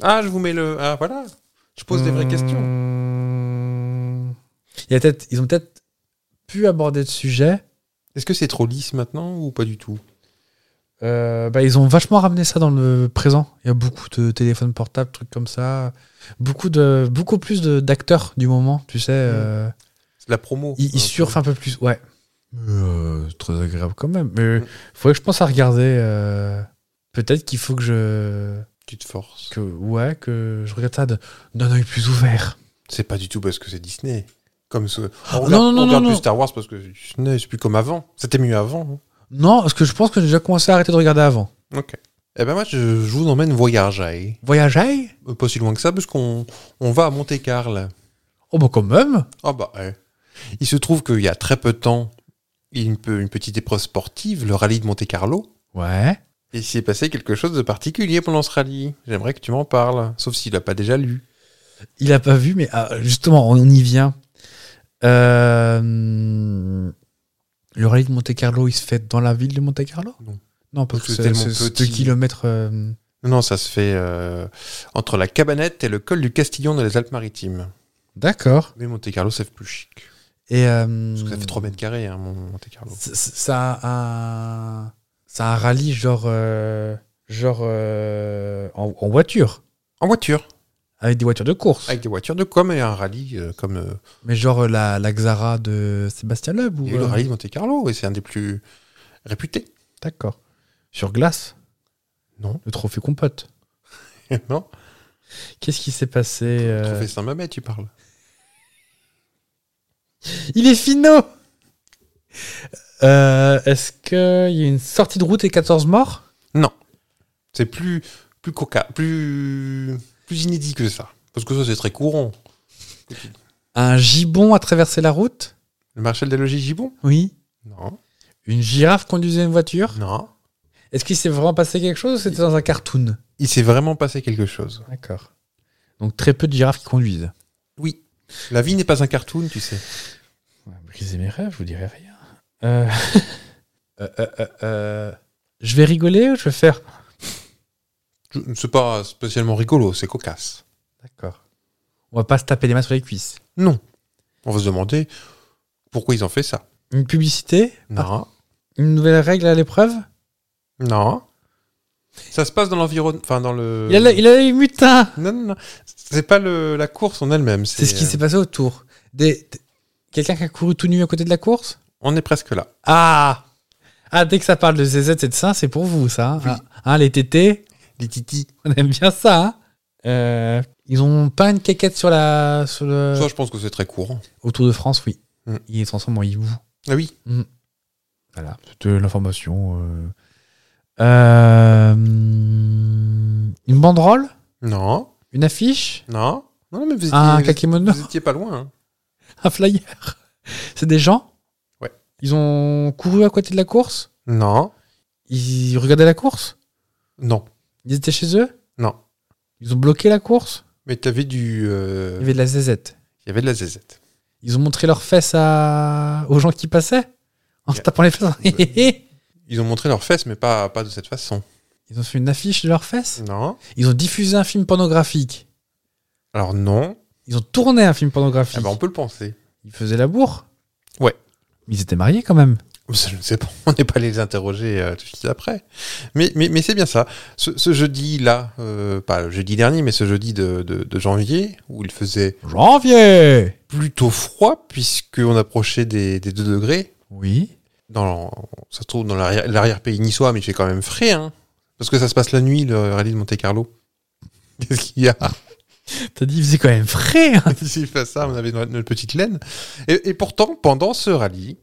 Speaker 2: Ah, je vous mets le. Ah, voilà Je pose des vraies questions.
Speaker 1: questions. Mmh. Il y a peut-être- ils ont peut-être pu aborder le sujet.
Speaker 2: Est-ce que c'est trop lisse maintenant ou pas du tout
Speaker 1: Euh, bah, ils ont vachement ramené ça dans le présent. Il y a beaucoup de téléphones portables, trucs comme ça. Beaucoup, de, beaucoup plus de- d'acteurs du moment, tu sais. euh,
Speaker 2: C'est de la promo.
Speaker 1: Il, il
Speaker 2: Un
Speaker 1: surfe
Speaker 2: peu.
Speaker 1: un peu plus, ouais. Euh, très agréable quand même. Mais
Speaker 2: Mm.
Speaker 1: faudrait que je pense à regarder. euh, Peut-être qu'il faut que je.
Speaker 2: Tu te forces.
Speaker 1: Que, ouais, que je regarde ça de- d'un œil plus ouvert.
Speaker 2: C'est pas du tout parce que c'est Disney. Comme ce... On regarde,
Speaker 1: non, non,
Speaker 2: on regarde
Speaker 1: non,
Speaker 2: plus
Speaker 1: non.
Speaker 2: Star Wars parce que Disney, c'est plus comme avant. C'était mieux avant.
Speaker 1: Non, parce que je pense que j'ai déjà commencé à arrêter de regarder avant.
Speaker 2: hein. Ok. Eh ben moi, je, je vous emmène voyager.
Speaker 1: Voyager
Speaker 2: Euh, Pas si loin que ça, parce qu'on on va à Monte-Carlo.
Speaker 1: Oh, bah quand même
Speaker 2: Ah bah, ouais. Il se trouve qu'il y a très peu de temps, il y a une, pe- une petite épreuve sportive, le rallye de Monte-Carlo.
Speaker 1: Ouais.
Speaker 2: Et il s'est passé quelque chose de particulier pendant ce rallye. J'aimerais que tu m'en parles, sauf s'il l'a pas déjà lu.
Speaker 1: Il a pas vu, mais ah, justement, on y vient. Euh, Le rallye de Monte-Carlo, il se fait dans la ville de Monte-Carlo
Speaker 2: Non.
Speaker 1: Non, parce
Speaker 2: Parce
Speaker 1: que
Speaker 2: que
Speaker 1: c'est
Speaker 2: tellement
Speaker 1: c'est- c'est
Speaker 2: petit.
Speaker 1: 2 kilomètres. euh,
Speaker 2: Non, ça se fait euh, entre la Cabanette et le col du Castillon dans les Alpes-Maritimes.
Speaker 1: D'accord.
Speaker 2: Mais Monte-Carlo, c'est plus chic.
Speaker 1: Et euh,
Speaker 2: Parce que ça fait 3 mètres carrés, hein, mon Monte-Carlo.
Speaker 1: c- c- Ça a un, ça a un rallye genre, euh, genre euh, en, en voiture,
Speaker 2: En voiture,
Speaker 1: avec des voitures de course.
Speaker 2: avec des voitures de quoi, mais un rallye euh, comme euh,
Speaker 1: Mais genre euh, la, la Xara de Sébastien Loeb ou
Speaker 2: il y a eu le
Speaker 1: euh,
Speaker 2: rallye de Monte-Carlo, et c'est un des plus réputés.
Speaker 1: D'accord. Sur glace.
Speaker 2: Non.
Speaker 1: Le trophée compote.
Speaker 2: non
Speaker 1: Qu'est-ce qui s'est passé euh,
Speaker 2: Trophée Saint-Mamet, tu parles.
Speaker 1: Il est finaux Euh, Est-ce qu'il y a une sortie de route et 14 morts
Speaker 2: C'est plus plus coca, plus plus inédit que ça. Parce que ça c'est très courant.
Speaker 1: Un gibon a traversé la route
Speaker 2: Le Marshal des logis Gibbon
Speaker 1: Oui.
Speaker 2: Non.
Speaker 1: Une girafe conduisait une voiture
Speaker 2: Non.
Speaker 1: Est-ce qu'il s'est vraiment passé quelque chose ou c'était dans un cartoon
Speaker 2: Il s'est vraiment passé quelque chose.
Speaker 1: D'accord. Donc très peu de girafes qui conduisent.
Speaker 2: Oui. La vie n'est pas un cartoon, tu sais.
Speaker 1: Brisez mes rêves, je vous dirai rien. Euh, euh, euh, euh, euh, Je vais rigoler ou je vais faire
Speaker 2: Je- C'est pas spécialement rigolo, c'est cocasse.
Speaker 1: D'accord. On va pas se taper les mains sur les cuisses.
Speaker 2: Non. On va se demander pourquoi ils ont fait ça.
Speaker 1: Une publicité Ah.
Speaker 2: Non.
Speaker 1: Une nouvelle règle à l'épreuve
Speaker 2: Non. Ça se passe dans l'environnement. Enfin, dans le.
Speaker 1: il, a, la- il a les mutins
Speaker 2: Non, non, non. C'est pas le- la course en elle-même.
Speaker 1: C'est ce qui
Speaker 2: euh,
Speaker 1: s'est passé autour. Des, des- Quelqu'un qui a couru tout nu à côté de la course
Speaker 2: On est presque là.
Speaker 1: Ah Ah, dès que ça parle de ZZ et de ça, c'est pour vous, ça. hein.
Speaker 2: Oui.
Speaker 1: Ah, hein, les tétés,
Speaker 2: Les titis.
Speaker 1: on aime bien ça. hein. Euh, ils ont pas une caquette sur la, sur Hum. le...
Speaker 2: Ça, je pense que c'est très courant.
Speaker 1: Autour de France, oui.
Speaker 2: Mm.
Speaker 1: Ils se transforment en hibou.
Speaker 2: Ah oui.
Speaker 1: Voilà, c'était l'information. euh. Euh, Une banderole
Speaker 2: Non.
Speaker 1: Une affiche
Speaker 2: Non. Non, mais vous étiez,
Speaker 1: Un
Speaker 2: vous étiez-
Speaker 1: kakémono
Speaker 2: vous étiez pas loin. hein.
Speaker 1: Un flyer C'est des gens
Speaker 2: Ouais.
Speaker 1: Ils ont couru à côté de la course
Speaker 2: Non.
Speaker 1: Ils regardaient la course
Speaker 2: Non.
Speaker 1: Ils étaient chez eux
Speaker 2: Non.
Speaker 1: Ils ont bloqué la course
Speaker 2: Mais t'avais du. euh,
Speaker 1: Il y avait de la zézette.
Speaker 2: Il y avait de la zézette.
Speaker 1: Ils ont montré leurs fesses à... aux gens qui passaient En se
Speaker 2: Yeah.
Speaker 1: tapant les fesses. Ils
Speaker 2: Ils ont montré leurs fesses, mais pas, pas de cette façon.
Speaker 1: ont fait une affiche de leurs fesses
Speaker 2: Non.
Speaker 1: Ils ont diffusé un film pornographique
Speaker 2: Alors non.
Speaker 1: Ils ont tourné un film
Speaker 2: Eh
Speaker 1: pornographique
Speaker 2: ben, on peut le penser.
Speaker 1: Ils faisaient la bourre
Speaker 2: Ouais.
Speaker 1: Mais ils étaient mariés quand même.
Speaker 2: Oh, Ça, je ne sais pas. On n'est pas allé les interroger euh, tout de suite après. Mais, mais, mais c'est bien ça. Ce, ce jeudi-là, euh, pas le jeudi dernier, mais ce jeudi de, de- de janvier, où il faisait
Speaker 1: Janvier
Speaker 2: plutôt froid, puisqu'on approchait des, des 2 degrés.
Speaker 1: Oui.
Speaker 2: Dans, ça se trouve dans l'arrière- l'arrière-pays niçois, mais il fait quand même frais. Hein, parce que ça se passe la nuit, le rallye de Monte-Carlo. Qu'est-ce qu'il y a
Speaker 1: T'as dit, il faisait quand même frais. hein.
Speaker 2: S'il fait ça, on avait notre notre petite laine. Et, et pourtant, pendant ce rallye,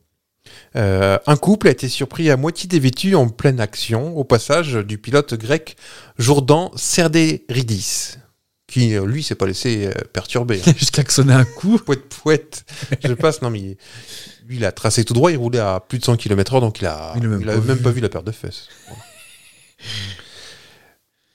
Speaker 2: euh, un couple a été surpris à moitié dévêtu en pleine action au passage du pilote grec Jourdan Serderidis, qui, euh, lui, s'est pas laissé euh, perturber.
Speaker 1: Il a juste klaxonné un coup.
Speaker 2: Pouette, pouette, je passe. Non, mais lui, il a tracé tout droit, il roulait à plus de 100 km/h, donc il a,
Speaker 1: Il
Speaker 2: il
Speaker 1: a
Speaker 2: a
Speaker 1: même pas
Speaker 2: même
Speaker 1: vu.
Speaker 2: pas vu la paire de fesses. Voilà.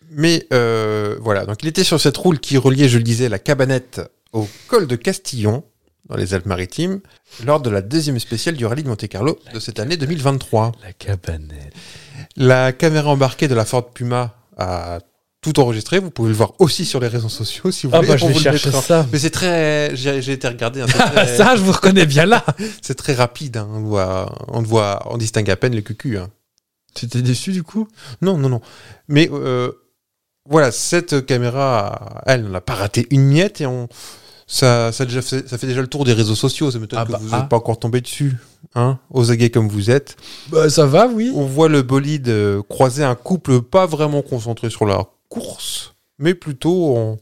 Speaker 2: Mais euh, voilà, donc il était sur cette roule qui reliait, je le disais, la cabanette au col de Castillon, dans les Alpes-Maritimes, lors de la deuxième spéciale du rallye de Monte-Carlo de cette année 2023.
Speaker 1: La cabanelle.
Speaker 2: La caméra embarquée de la Ford Puma a tout enregistré. Vous pouvez le voir aussi sur les réseaux sociaux si vous
Speaker 1: Ah
Speaker 2: voulez.
Speaker 1: bah je
Speaker 2: On
Speaker 1: vais
Speaker 2: vous le
Speaker 1: chercher
Speaker 2: mettra.
Speaker 1: ça. Ah,
Speaker 2: Mais c'est très. J'ai j'ai été regardé. hein, c'est très-
Speaker 1: Ça, je vous reconnais bien là.
Speaker 2: c'est très rapide, hein, on, voit, on voit, on distingue à peine le cucu. hein.
Speaker 1: Tu t'es déçu du coup
Speaker 2: Non, non, non. Mais euh, voilà, cette caméra, elle n'a pas raté une miette et on, ça, ça, déjà fait, ça fait déjà le tour des réseaux sociaux. Ça m'étonne
Speaker 1: Ah
Speaker 2: que
Speaker 1: bah,
Speaker 2: vous
Speaker 1: ah.
Speaker 2: n'êtes pas encore tombé dessus. Hein, aux aguets comme vous êtes.
Speaker 1: Bah ça va, oui.
Speaker 2: On voit le bolide euh, croiser un couple pas vraiment concentré sur la course, mais plutôt en,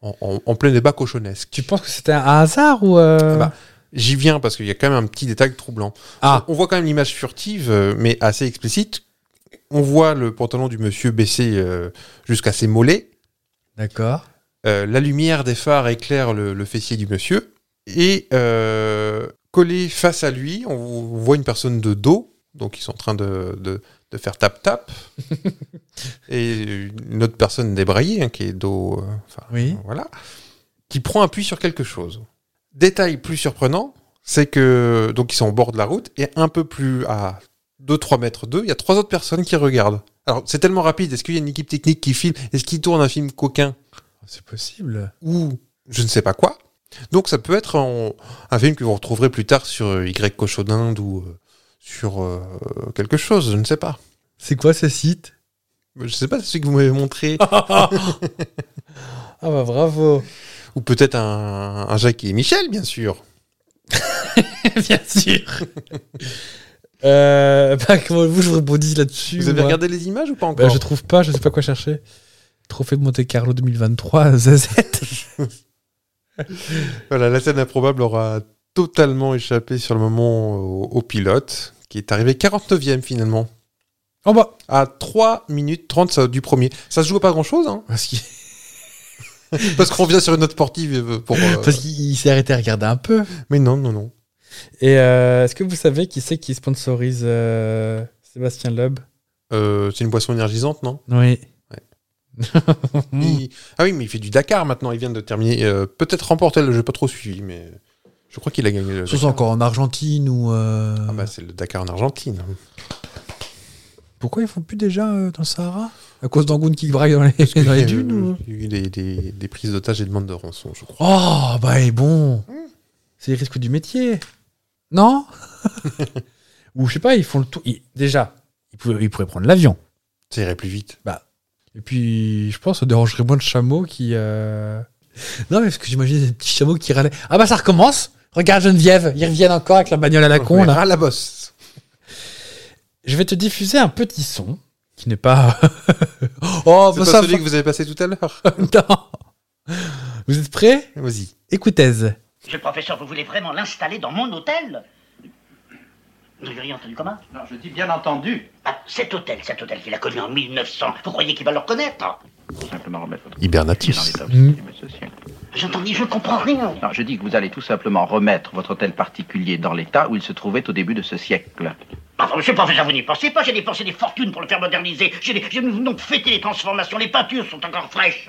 Speaker 2: en, en- en plein débat cochonnesque.
Speaker 1: Tu penses que c'était un hasard ou... euh,
Speaker 2: Ah bah, J'y viens parce qu'il y a quand même un petit détail troublant.
Speaker 1: Ah,
Speaker 2: On voit quand même l'image furtive, euh, mais assez explicite. On voit le pantalon du monsieur baissé euh, jusqu'à ses mollets.
Speaker 1: d'accord.
Speaker 2: Euh, la lumière des phares éclaire le, le fessier du monsieur. Et euh, collé face à lui, on voit une personne de dos. Donc ils sont en train de, de- de faire tap-tap. et une autre personne débraillée, hein, qui est dos. euh, enfin,
Speaker 1: Oui.
Speaker 2: voilà, qui prend appui sur quelque chose. Détail plus surprenant, c'est que donc ils sont au bord de la route et un peu plus à 2-3 mètres d'eux, il y a trois autres personnes qui regardent. Alors c'est tellement rapide, est-ce qu'il y a une équipe technique qui file Est-ce qu'ils tournent un film coquin
Speaker 1: Ah, C'est possible.
Speaker 2: ou je ne sais pas quoi Donc ça peut être en- un film que vous retrouverez plus tard sur euh, Y Cochon d'Inde ou euh, sur euh, quelque chose, je ne sais pas.
Speaker 1: C'est quoi ce site
Speaker 2: Je ne sais pas, c'est celui que vous m'avez montré,
Speaker 1: Ah bah bravo.
Speaker 2: ou peut-être un, un Jackie et Michel, bien sûr.
Speaker 1: bien sûr. euh, bah comment vous, je vous rebondis là-dessus.
Speaker 2: Vous avez
Speaker 1: moi.
Speaker 2: regardé les images ou pas
Speaker 1: Bah,
Speaker 2: encore
Speaker 1: je trouve pas, je sais pas quoi chercher. Trophée de Monte Carlo 2023, ZZ.
Speaker 2: Voilà, la scène improbable aura totalement échappé sur le moment euh, au, au pilote, qui est arrivé 49e finalement,
Speaker 1: En bas.
Speaker 2: à 3 minutes 30 ça, du premier. Ça se joue à pas grand-chose, hein,
Speaker 1: Parce qu'il
Speaker 2: parce qu'on revient sur une note sportive euh, pour... euh,
Speaker 1: parce qu'il- il s'est arrêté à regarder un peu.
Speaker 2: Mais non, non, non.
Speaker 1: Et euh, est-ce que vous savez qui c'est qui sponsorise euh, Sébastien Loeb
Speaker 2: Euh, c'est une boisson énergisante, non
Speaker 1: Oui. Mm.
Speaker 2: Il- Ah oui, mais il fait du Dakar maintenant. Il vient de terminer. euh, Peut-être remporter le jeu, pas trop suivi, mais je crois qu'il a gagné le.
Speaker 1: Ce
Speaker 2: Dakar.
Speaker 1: encore en Argentine ou. euh,
Speaker 2: Ah bah, c'est le Dakar en Argentine. hein.
Speaker 1: Pourquoi ils font plus déjà euh, dans le Sahara À cause d'Angoun qui braille dans les, dans les
Speaker 2: Euh,
Speaker 1: dunes ou...
Speaker 2: Il y a eu des, des- des prises d'otages et demandes de rançon, je crois.
Speaker 1: Oh, bah, et bon C'est les risques du métier Non Ou je sais pas, ils font le tout. ils- déjà, ils pourraient, ils pourraient prendre l'avion.
Speaker 2: Ça irait plus vite.
Speaker 1: Et puis, je pense, ça dérangerait moins de chameaux qui. euh, Non, mais parce que j'imagine des petits chameaux qui râlaient. Ah bah, ça recommence Regarde Geneviève, ils reviennent encore avec la bagnole à la con,
Speaker 2: Ouais,
Speaker 1: là.
Speaker 2: à Ah, la bosse.
Speaker 1: Je vais te diffuser un petit son qui n'est pas. oh,
Speaker 2: C'est
Speaker 1: bah,
Speaker 2: pas
Speaker 1: ça
Speaker 2: celui
Speaker 1: va.
Speaker 2: que vous avez passé tout à l'heure.
Speaker 1: Non. Vous êtes prêts
Speaker 2: Vas-y.
Speaker 1: Écoutez.
Speaker 4: Monsieur le professeur, vous voulez vraiment l'installer dans mon hôtel Vous n'avez rien entendu comment
Speaker 5: Non, je dis bien entendu.
Speaker 4: Ah, Cet hôtel, cet hôtel qu'il a connu en 1900, vous croyez qu'il va le reconnaître
Speaker 5: Faut simplement remettre votre
Speaker 2: Hibernatus.
Speaker 5: dans l'état
Speaker 1: Mm.
Speaker 5: où se situe, monsieur.
Speaker 4: J'entends dire, je comprends rien.
Speaker 5: Non, je dis que vous allez tout simplement remettre votre hôtel particulier dans l'état où il se trouvait au début de ce siècle.
Speaker 4: Enfin, monsieur le professeur, vous n'y pensez pas, j'ai dépensé des fortunes pour le faire moderniser. J'ai des- j'ai- Nous venons de fêter les transformations, les peintures sont encore fraîches.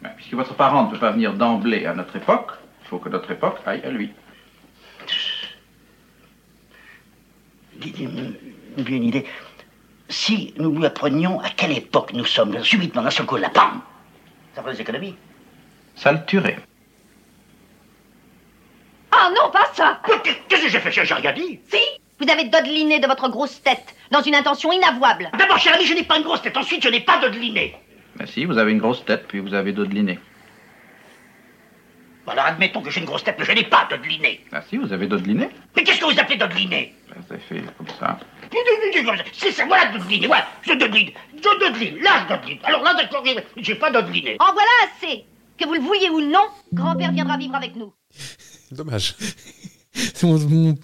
Speaker 5: Mais Ben, Puisque votre parent ne peut pas venir d'emblée à notre époque, il faut que notre époque aille à lui.
Speaker 4: J'ai une idée. Si nous lui apprenions à quelle époque nous sommes, subitement, d'un seul coup, la pam Ça ferait des économies.
Speaker 5: Ça le tuerait.
Speaker 6: Ah non, pas ça
Speaker 4: Mais Qu'est-ce que j'ai fait J'ai rien dit.
Speaker 6: Si Vous avez dodeliné de votre grosse tête, dans une intention inavouable.
Speaker 4: D'abord, cher ami, je n'ai pas une grosse tête, ensuite, je n'ai pas de deliné.
Speaker 5: Mais Ben, si, vous avez une grosse tête, puis vous avez dodeliné.
Speaker 4: Bon, Bah Alors admettons que j'ai une grosse tête, mais je n'ai pas de deliné.
Speaker 5: Ah si, vous avez dodeliné.
Speaker 4: Mais qu'est-ce que vous appelez de deliné
Speaker 5: Ben, Vous avez fait comme ça.
Speaker 4: C'est ça, voilà de deliné, voilà, je dodeline, je dodeline, là je dodeline. Alors là, d'accord, j'ai pas de deliné.
Speaker 6: En voilà assez Que vous le vouliez ou non, grand-père viendra vivre avec nous.
Speaker 2: Dommage.
Speaker 1: C'est mon- mon-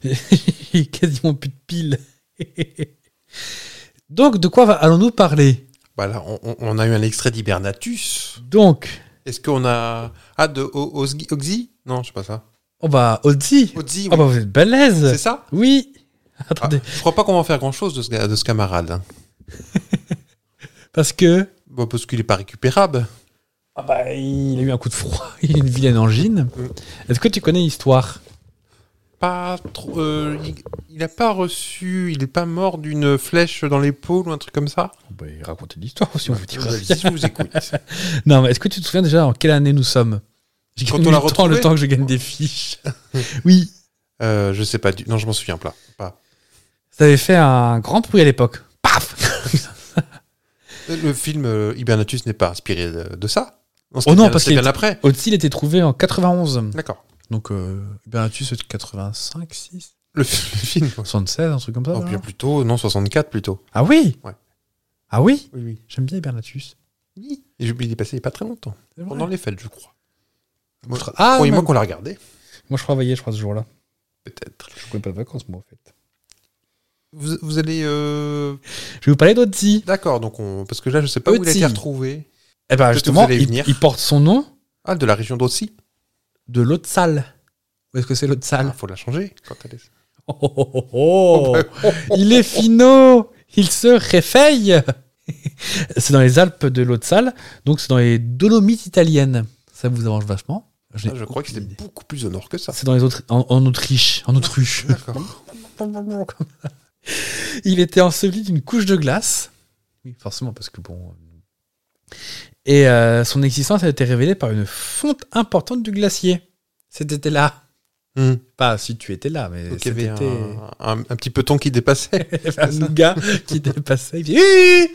Speaker 1: J'ai quasiment plus de piles. Donc, de quoi va- allons-nous parler
Speaker 2: Voilà, Bah, on, on- on a eu un extrait d'Hibernatus.
Speaker 1: Donc,
Speaker 2: Est-ce qu'on a. Ah, de O- Ozgi- Oxy Non, je sais pas ça.
Speaker 1: on va Ozzy.
Speaker 2: Ozzy,
Speaker 1: Ah
Speaker 2: oui.
Speaker 1: bah, vous êtes balèze.
Speaker 2: c'est ça
Speaker 1: Oui.
Speaker 2: Ah,
Speaker 1: Attendez,
Speaker 2: Je crois pas qu'on va en faire grand chose de ce, gars- de ce camarade. hein. Ah.
Speaker 1: parce que.
Speaker 2: Bah, parce qu'il est pas récupérable.
Speaker 1: Ah bah, il a eu un coup de froid. Il a eu une vilaine angine.
Speaker 2: Euh.
Speaker 1: Est-ce que tu connais l'histoire
Speaker 2: Pas trop. euh, il, il a pas reçu. Il est pas mort d'une flèche dans l'épaule ou un truc comme ça
Speaker 1: bah, Racontez l'histoire si on vous dit
Speaker 2: Je vous écoute.
Speaker 1: Non, mais est-ce que tu te souviens déjà en quelle année nous sommes J'ai
Speaker 2: Quand
Speaker 1: gagné
Speaker 2: on l'a
Speaker 1: le temps, le
Speaker 2: retrouvé
Speaker 1: temps que je gagne des fiches. oui.
Speaker 2: Euh, je sais pas du. Non, je m'en souviens pas. pas.
Speaker 1: Ça avait fait un grand bruit à l'époque. Paf
Speaker 2: Le film euh, Hibernatus n'est pas inspiré de, de ça
Speaker 1: Oh non,
Speaker 2: bien-
Speaker 1: parce
Speaker 2: c'est
Speaker 1: qu'il
Speaker 2: bien
Speaker 1: est-
Speaker 2: après.
Speaker 1: Ozzy, il était trouvé en 91.
Speaker 2: D'accord.
Speaker 1: Donc, euh, Bernatus, c'est 85, 6
Speaker 2: Le, f- le film.
Speaker 1: 76, un truc comme ça.
Speaker 2: Non,
Speaker 1: non
Speaker 2: bien plutôt, non, 64 plutôt.
Speaker 1: ah oui
Speaker 2: Ouais.
Speaker 1: Ah oui
Speaker 2: Oui, oui.
Speaker 1: J'aime bien Bernatus.
Speaker 2: Oui. Et j'ai oublié, il est passé il n'y a pas très longtemps.
Speaker 1: C'est vrai.
Speaker 2: Pendant les fêtes, je crois. Moi,
Speaker 1: Ah,
Speaker 2: ah, moi
Speaker 1: même.
Speaker 2: qu'on l'a regardé.
Speaker 1: Moi, je travaillais, je crois, ce jour-là.
Speaker 2: Peut-être.
Speaker 1: Je prenais pas de vacances, moi, en fait.
Speaker 2: Vous, vous allez. euh,
Speaker 1: Je vais vous parler d'Ozzy.
Speaker 2: D'accord, donc on... parce que là, je sais pas où il a
Speaker 1: Otzi.
Speaker 2: été retrouvé.
Speaker 1: Eh ben,
Speaker 2: que
Speaker 1: justement,
Speaker 2: vous allez y
Speaker 1: il,
Speaker 2: venir.
Speaker 1: il porte son nom
Speaker 2: Ah, de la région d'Ossi.
Speaker 1: de l'autre salle. Où est-ce que c'est l'autre
Speaker 2: Il
Speaker 1: salle
Speaker 2: faut la changer Ah, quand elle est.
Speaker 1: Oh, oh, oh, oh. Il est finot Il se réveille C'est dans les Alpes de l'autre salle, donc c'est dans les Dolomites italiennes. Ça vous arrange vachement. n'ai
Speaker 2: Ah, je crois que
Speaker 1: aucune
Speaker 2: c'était
Speaker 1: idée.
Speaker 2: beaucoup plus au nord que ça.
Speaker 1: C'est dans les autres en, en Autriche, en Autruche.
Speaker 2: D'accord.
Speaker 1: Il était enseveli d'une couche de glace. Oui, forcément, parce que bon. euh, Et euh, son existence a été révélée par une fonte importante du glacier. Cet été-là.
Speaker 2: Hmm.
Speaker 1: Pas si tu étais là, mais
Speaker 2: Donc il
Speaker 1: cet
Speaker 2: y avait
Speaker 1: été.
Speaker 2: un, un- un petit peton qui dépassait.
Speaker 1: Il y avait un gars qui dépassait. il faisait, Hi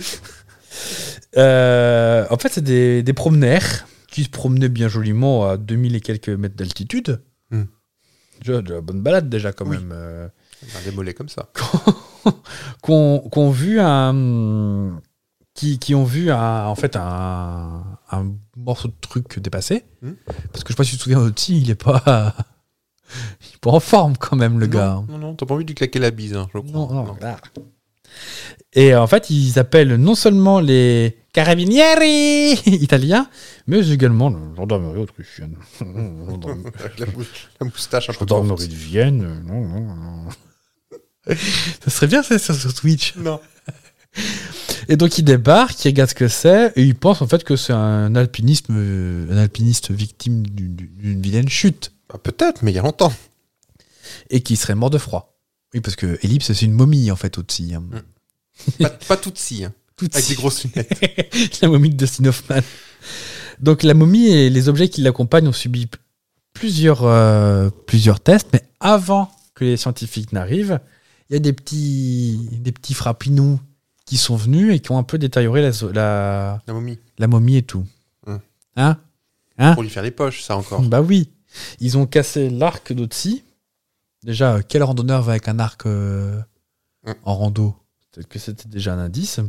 Speaker 1: Euh, en fait, c'est des, des promeneurs qui se promenaient bien joliment à 2000 et quelques mètres d'altitude.
Speaker 2: Hmm.
Speaker 1: Déjà, de la bonne balade, déjà, quand
Speaker 2: Oui.
Speaker 1: même. euh,
Speaker 2: Un des mollets comme ça.
Speaker 1: qu'on qu'on vu un qui, qui ont vu un, en fait un, un morceau de truc dépasser
Speaker 2: Hmm.
Speaker 1: parce que je sais pas si tu te souviens Oti il est pas il est pas en forme quand même le
Speaker 2: Non,
Speaker 1: gars
Speaker 2: Non, non, t'as pas envie de lui claquer la bise, hein, je crois.
Speaker 1: non, non. Ah. et euh, en fait ils appellent non seulement les carabinieri italiens mais également la gendarmerie autrichienne
Speaker 2: Avec la, mou- la moustache un peu
Speaker 1: gendarmerie
Speaker 2: courte.
Speaker 1: de euh, Vienne non, non, non. ça serait bien ça sur sur Twitch
Speaker 2: Non.
Speaker 1: Et donc il débarque, il regarde ce que c'est, et il pense en fait que c'est un alpiniste, euh, un alpiniste victime du- du- d'une vilaine chute,
Speaker 2: Bah, Peut-être, mais il y a longtemps.
Speaker 1: et qui serait mort de froid. Oui, parce que Ellipse, c'est une momie en fait aussi. hein.
Speaker 2: pas, pas toutes si, hein,
Speaker 1: Toute
Speaker 2: avec des grosses lunettes.
Speaker 1: la momie de Dustin Hoffman. Donc la momie et les objets qui l'accompagnent ont subi p- plusieurs, euh, plusieurs tests, mais avant que les scientifiques n'arrivent, il y a des petits, des petits frappinous qui sont venus et qui ont un peu détérioré la, zo- la,
Speaker 2: La momie,
Speaker 1: la momie et tout.
Speaker 2: Hum.
Speaker 1: Hein
Speaker 2: pour lui faire les poches, ça encore.
Speaker 1: Bah oui. Ils ont cassé l'arc d'Otsi. Déjà, euh, quel randonneur va avec un arc euh,
Speaker 2: Hum.
Speaker 1: en rando Peut-être que c'était déjà un indice.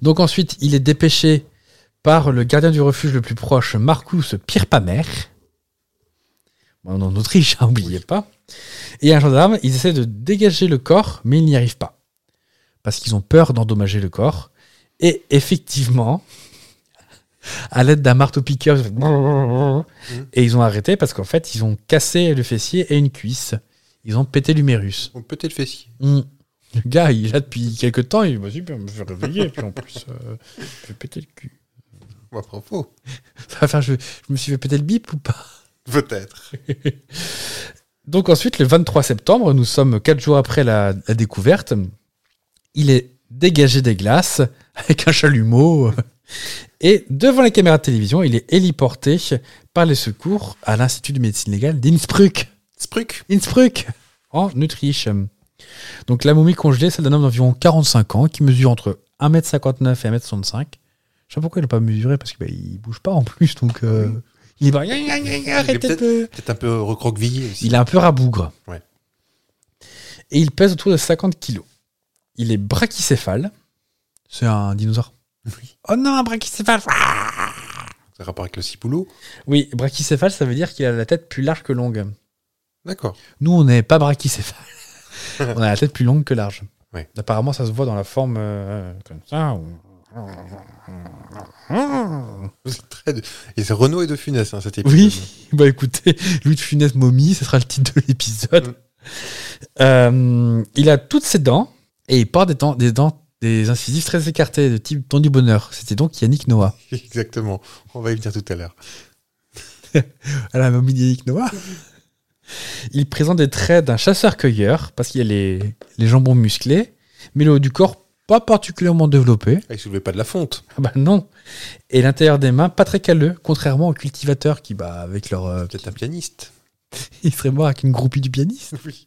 Speaker 1: Donc ensuite, il est dépêché par le gardien du refuge le plus proche, Marcus Pirpamer. Bon, En Autriche, hein, n'oubliez pas. Et un gendarme, ils essaient de dégager le corps, mais ils n'y arrivent pas. Parce qu'ils ont peur d'endommager le corps. Et effectivement, à l'aide d'un marteau-piqueur, ils ont fait et ils ont arrêté parce qu'en fait, ils ont cassé le fessier et une cuisse. Ils ont pété l'humérus.
Speaker 2: On peut-être fessier.
Speaker 1: Hmm. Le gars, il est là depuis quelques temps. Il m'a dit, je me fait réveiller. Puis en plus, euh, je vais péter le cul.
Speaker 2: Ouais, propos.
Speaker 1: Ça va faire, je, je me suis fait péter le bip ou pas
Speaker 2: Peut-être.
Speaker 1: Donc ensuite, le 23 septembre, nous sommes quatre jours après la, la découverte. Il est dégagé des glaces avec un chalumeau. Et devant la caméra de télévision, il est héliporté par les secours à l'Institut de médecine légale d'Innsbruck.
Speaker 2: Spruck.
Speaker 1: Innsbruck, en Autriche. Donc la momie congelée, celle d'un homme d'environ 45 ans qui mesure entre 1m59 et 1m65. Je sais pas pourquoi il n'a pas mesuré parce qu'il ne bouge pas en plus. Donc euh, il est pas- Arrêtez
Speaker 2: peut-être-
Speaker 1: de-
Speaker 2: Peut-être un peu recroquevillé aussi.
Speaker 1: Il est un peu rabougre.
Speaker 2: Ouais.
Speaker 1: Et il pèse autour de 50 kilos. Il est brachycéphale. C'est un dinosaure.
Speaker 3: Oh non, un brachycéphale.
Speaker 2: Ça a rapport avec le ciboulot.
Speaker 1: Oui, brachycéphale, ça veut dire qu'il a la tête plus large que longue.
Speaker 2: D'accord.
Speaker 1: Nous, on n'est pas brachycéphale. on a la tête plus longue que large.
Speaker 2: Ouais.
Speaker 1: Apparemment, ça se voit dans la forme euh, comme ça. ou-
Speaker 2: C'est très de- Et c'est Renault et de Funès, hein, cet épisode.
Speaker 1: Oui, bah écoutez, Louis de Funès Momie, ce sera le titre de l'épisode.
Speaker 2: Mm.
Speaker 1: Euh, il a toutes ses dents et il porte des dents, des dents, des incisives très écartées de type dent du bonheur. C'était donc Yannick Noah.
Speaker 2: Exactement. On va y venir tout à l'heure.
Speaker 1: À la momie d'Yannick Noah. Il présente des traits d'un chasseur-cueilleur parce qu'il y a les, les jambons musclés, mais le haut du corps pas particulièrement développé.
Speaker 2: Ah, il soulevait pas de la fonte.
Speaker 1: Ah bah non. Et l'intérieur des mains pas très calleux, contrairement aux cultivateurs qui, bah, avec leur. euh,
Speaker 2: Peut-être un pianiste.
Speaker 1: ils seraient morts avec une groupie du pianiste.
Speaker 2: Oui.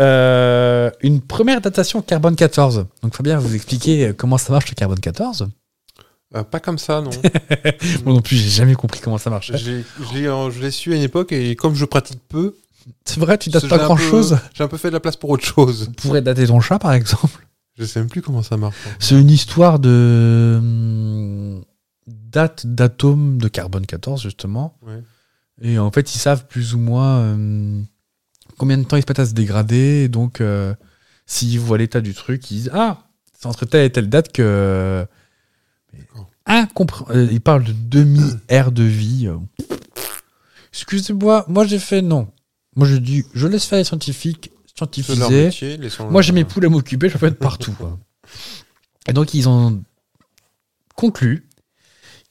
Speaker 1: Euh, une première datation carbone 14. Donc Fabien va vous expliquer euh, comment ça marche le carbone 14.
Speaker 2: Euh, pas comme ça, non.
Speaker 1: Moi non plus, j'ai jamais compris comment ça marche.
Speaker 2: je l'ai- je l'ai euh, je l'ai su à une époque et comme je pratique peu,
Speaker 1: C'est vrai, tu
Speaker 2: je-
Speaker 1: dates
Speaker 2: j'ai un
Speaker 1: pas
Speaker 2: peu-
Speaker 1: grand chose.
Speaker 2: J'ai un peu fait de la place pour autre chose.
Speaker 1: On pourrait dater ton chat par exemple.
Speaker 2: Je sais même plus comment ça marche. hein.
Speaker 1: C'est une histoire de hum, date d'atome de carbone 14 justement.
Speaker 2: Ouais.
Speaker 1: Et en fait, ils savent plus ou moins euh, combien de temps ils se mettent à se dégrader. Et donc, euh, s'ils voient l'état du truc, ils disent Ah, c'est entre telle et telle date que.
Speaker 2: D'accord.
Speaker 1: Incompré- euh, Ils parlent de demi-ère de vie. Euh, Excusez-moi, moi j'ai fait non. Moi je dis Je laisse faire les scientifiques,
Speaker 2: C'est leur
Speaker 1: scientifiser.
Speaker 2: métier. laissons-le.
Speaker 1: Moi j'ai mes poules à m'occuper, je peux être partout. quoi. Et donc, ils ont conclu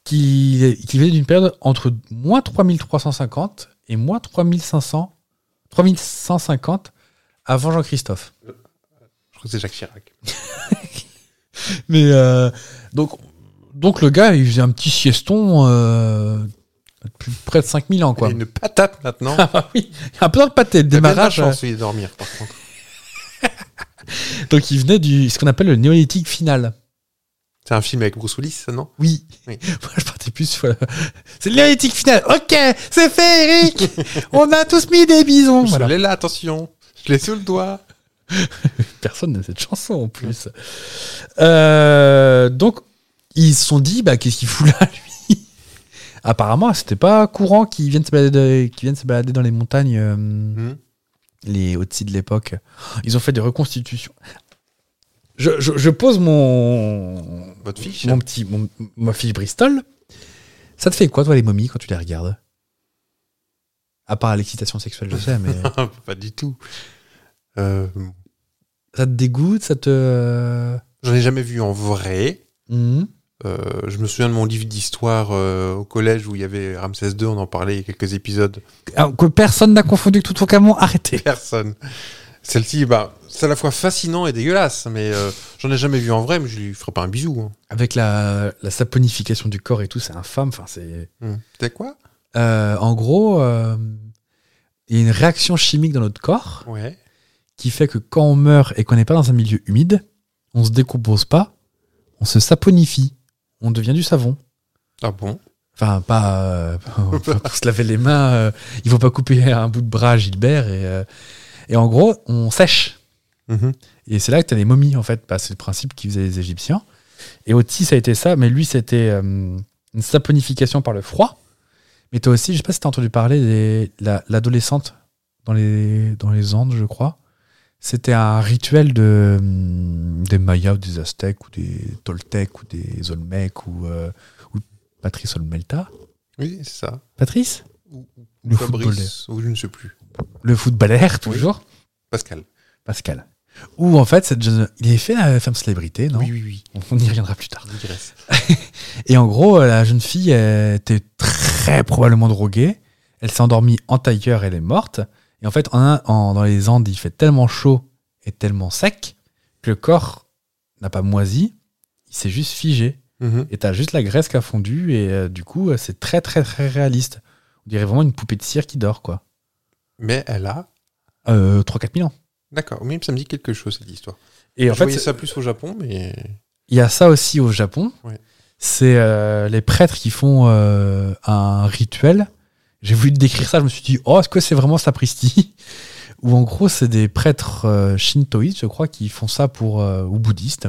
Speaker 1: qu'il qu'il venait d'une période entre moins 3350 et moins 3500, 3150 avant Jean-Christophe.
Speaker 2: Je crois que c'est Jacques Chirac.
Speaker 1: Mais euh, donc, donc le gars, il faisait un petit sieston euh, depuis près de 5000 ans. Quoi.
Speaker 2: Il y a une patate maintenant.
Speaker 1: Ah oui, un peu dans le pâté, le
Speaker 2: T'as bien de la
Speaker 1: démarrage.
Speaker 2: chance, il est dormir, par contre.
Speaker 1: euh, Donc il venait du ce qu'on appelle le néolithique final.
Speaker 2: C'est un film avec Bruce Willis, ça, non
Speaker 1: Oui.
Speaker 2: Oui.
Speaker 1: Moi, je partais plus sur la- C'est le néolithique final. Ok, c'est fait, Eric. On a tous mis des bisons.
Speaker 2: Je
Speaker 1: Voilà.
Speaker 2: l'ai là, attention. Je l'ai sous le doigt.
Speaker 1: Personne n'a cette chanson en plus. Euh, donc, ils se sont dit, bah, qu'est-ce qu'il fout là, lui Apparemment, c'était pas courant qu'ils viennent se balader, qu'ils viennent se balader dans les montagnes, euh, les hautes de l'époque. Ils ont fait des reconstitutions. Je, je- je pose mon,
Speaker 2: Votre fiche.
Speaker 1: mon petit, mon- ma fiche Bristol. Ça te fait quoi, toi, les momies, quand tu les regardes À part l'excitation sexuelle, je sais, mais.
Speaker 2: pas du tout. Euh,
Speaker 1: Ça te dégoûte, ça te. euh,
Speaker 2: J'en ai jamais vu en vrai.
Speaker 1: hmm.
Speaker 2: Euh, je me souviens de mon livre d'histoire euh, au collège où il y avait Ramsès II, on en parlait il y a quelques épisodes.
Speaker 1: Alors Ah, que personne n'a confondu que tout ton camon, arrêtez.
Speaker 2: Personne. Celle-ci, bah, c'est à la fois fascinant et dégueulasse, mais euh, j'en ai jamais vu en vrai, mais je lui ferai pas un bisou. hein.
Speaker 1: Avec la, la saponification du corps et tout, c'est infâme. Enfin, c'est.
Speaker 2: Hmm. T'es quoi
Speaker 1: Euh, en gros, euh, il y a une réaction chimique dans notre corps
Speaker 2: Ouais.
Speaker 1: qui fait que quand on meurt et qu'on n'est pas dans un milieu humide, on se décompose pas, on se saponifie, on devient du savon.
Speaker 2: Ah bon
Speaker 1: Enfin, pas euh, enfin, pour se laver les mains, euh, il faut pas couper un bout de bras à Gilbert. Et, euh, et en gros, on sèche.
Speaker 2: Mhm.
Speaker 1: Et c'est là que tu as les momies, en fait. Bah, c'est le principe qu'ils faisaient les Égyptiens. Et Otis, ça a été ça, mais lui, c'était euh, une saponification par le froid. Mais toi aussi, je sais pas si tu as entendu parler des- la- l'adolescente dans les, dans les Andes, je crois. C'était un rituel de, hum, des Mayas ou des Aztèques ou des Toltecs ou des Olmecs ou, euh, ou Patrice Olmelta.
Speaker 2: Oui, c'est ça.
Speaker 1: Patrice
Speaker 2: Ou, ou
Speaker 1: Le
Speaker 2: Fabrice, ou je ne sais plus.
Speaker 1: Le footballeur, toujours.
Speaker 2: Pascal.
Speaker 1: Pascal. Ou en fait, cette jeune- il est fait la femme célébrité, non
Speaker 2: Oui, oui, oui.
Speaker 1: On y reviendra plus tard.
Speaker 2: Je digresse.
Speaker 1: Et en gros, euh, la jeune fille elle était très probablement droguée. Elle s'est endormie en tailleur, elle est morte. Et en fait, en, un- en- dans les Andes, il fait tellement chaud et tellement sec que le corps n'a pas moisi, il s'est juste figé.
Speaker 2: Mhm.
Speaker 1: Et t'as juste la graisse qui a fondu, et euh, du coup, euh, c'est très très très réaliste. On dirait vraiment une poupée de cire qui dort, quoi.
Speaker 2: Mais elle a.
Speaker 1: Euh, 3-4 000 ans.
Speaker 2: D'accord, oui, ça me dit quelque chose cette histoire.
Speaker 1: Et en
Speaker 2: je
Speaker 1: fait,
Speaker 2: voyais ça plus au Japon, mais.
Speaker 1: Il y a ça aussi au Japon.
Speaker 2: Ouais.
Speaker 1: C'est euh, les prêtres qui font euh, un rituel. J'ai voulu décrire ça, je me suis dit, oh, est-ce que c'est vraiment sapristi Ou en gros, c'est des prêtres euh, shintoïstes, je crois, qui font ça pour. euh, ou bouddhistes,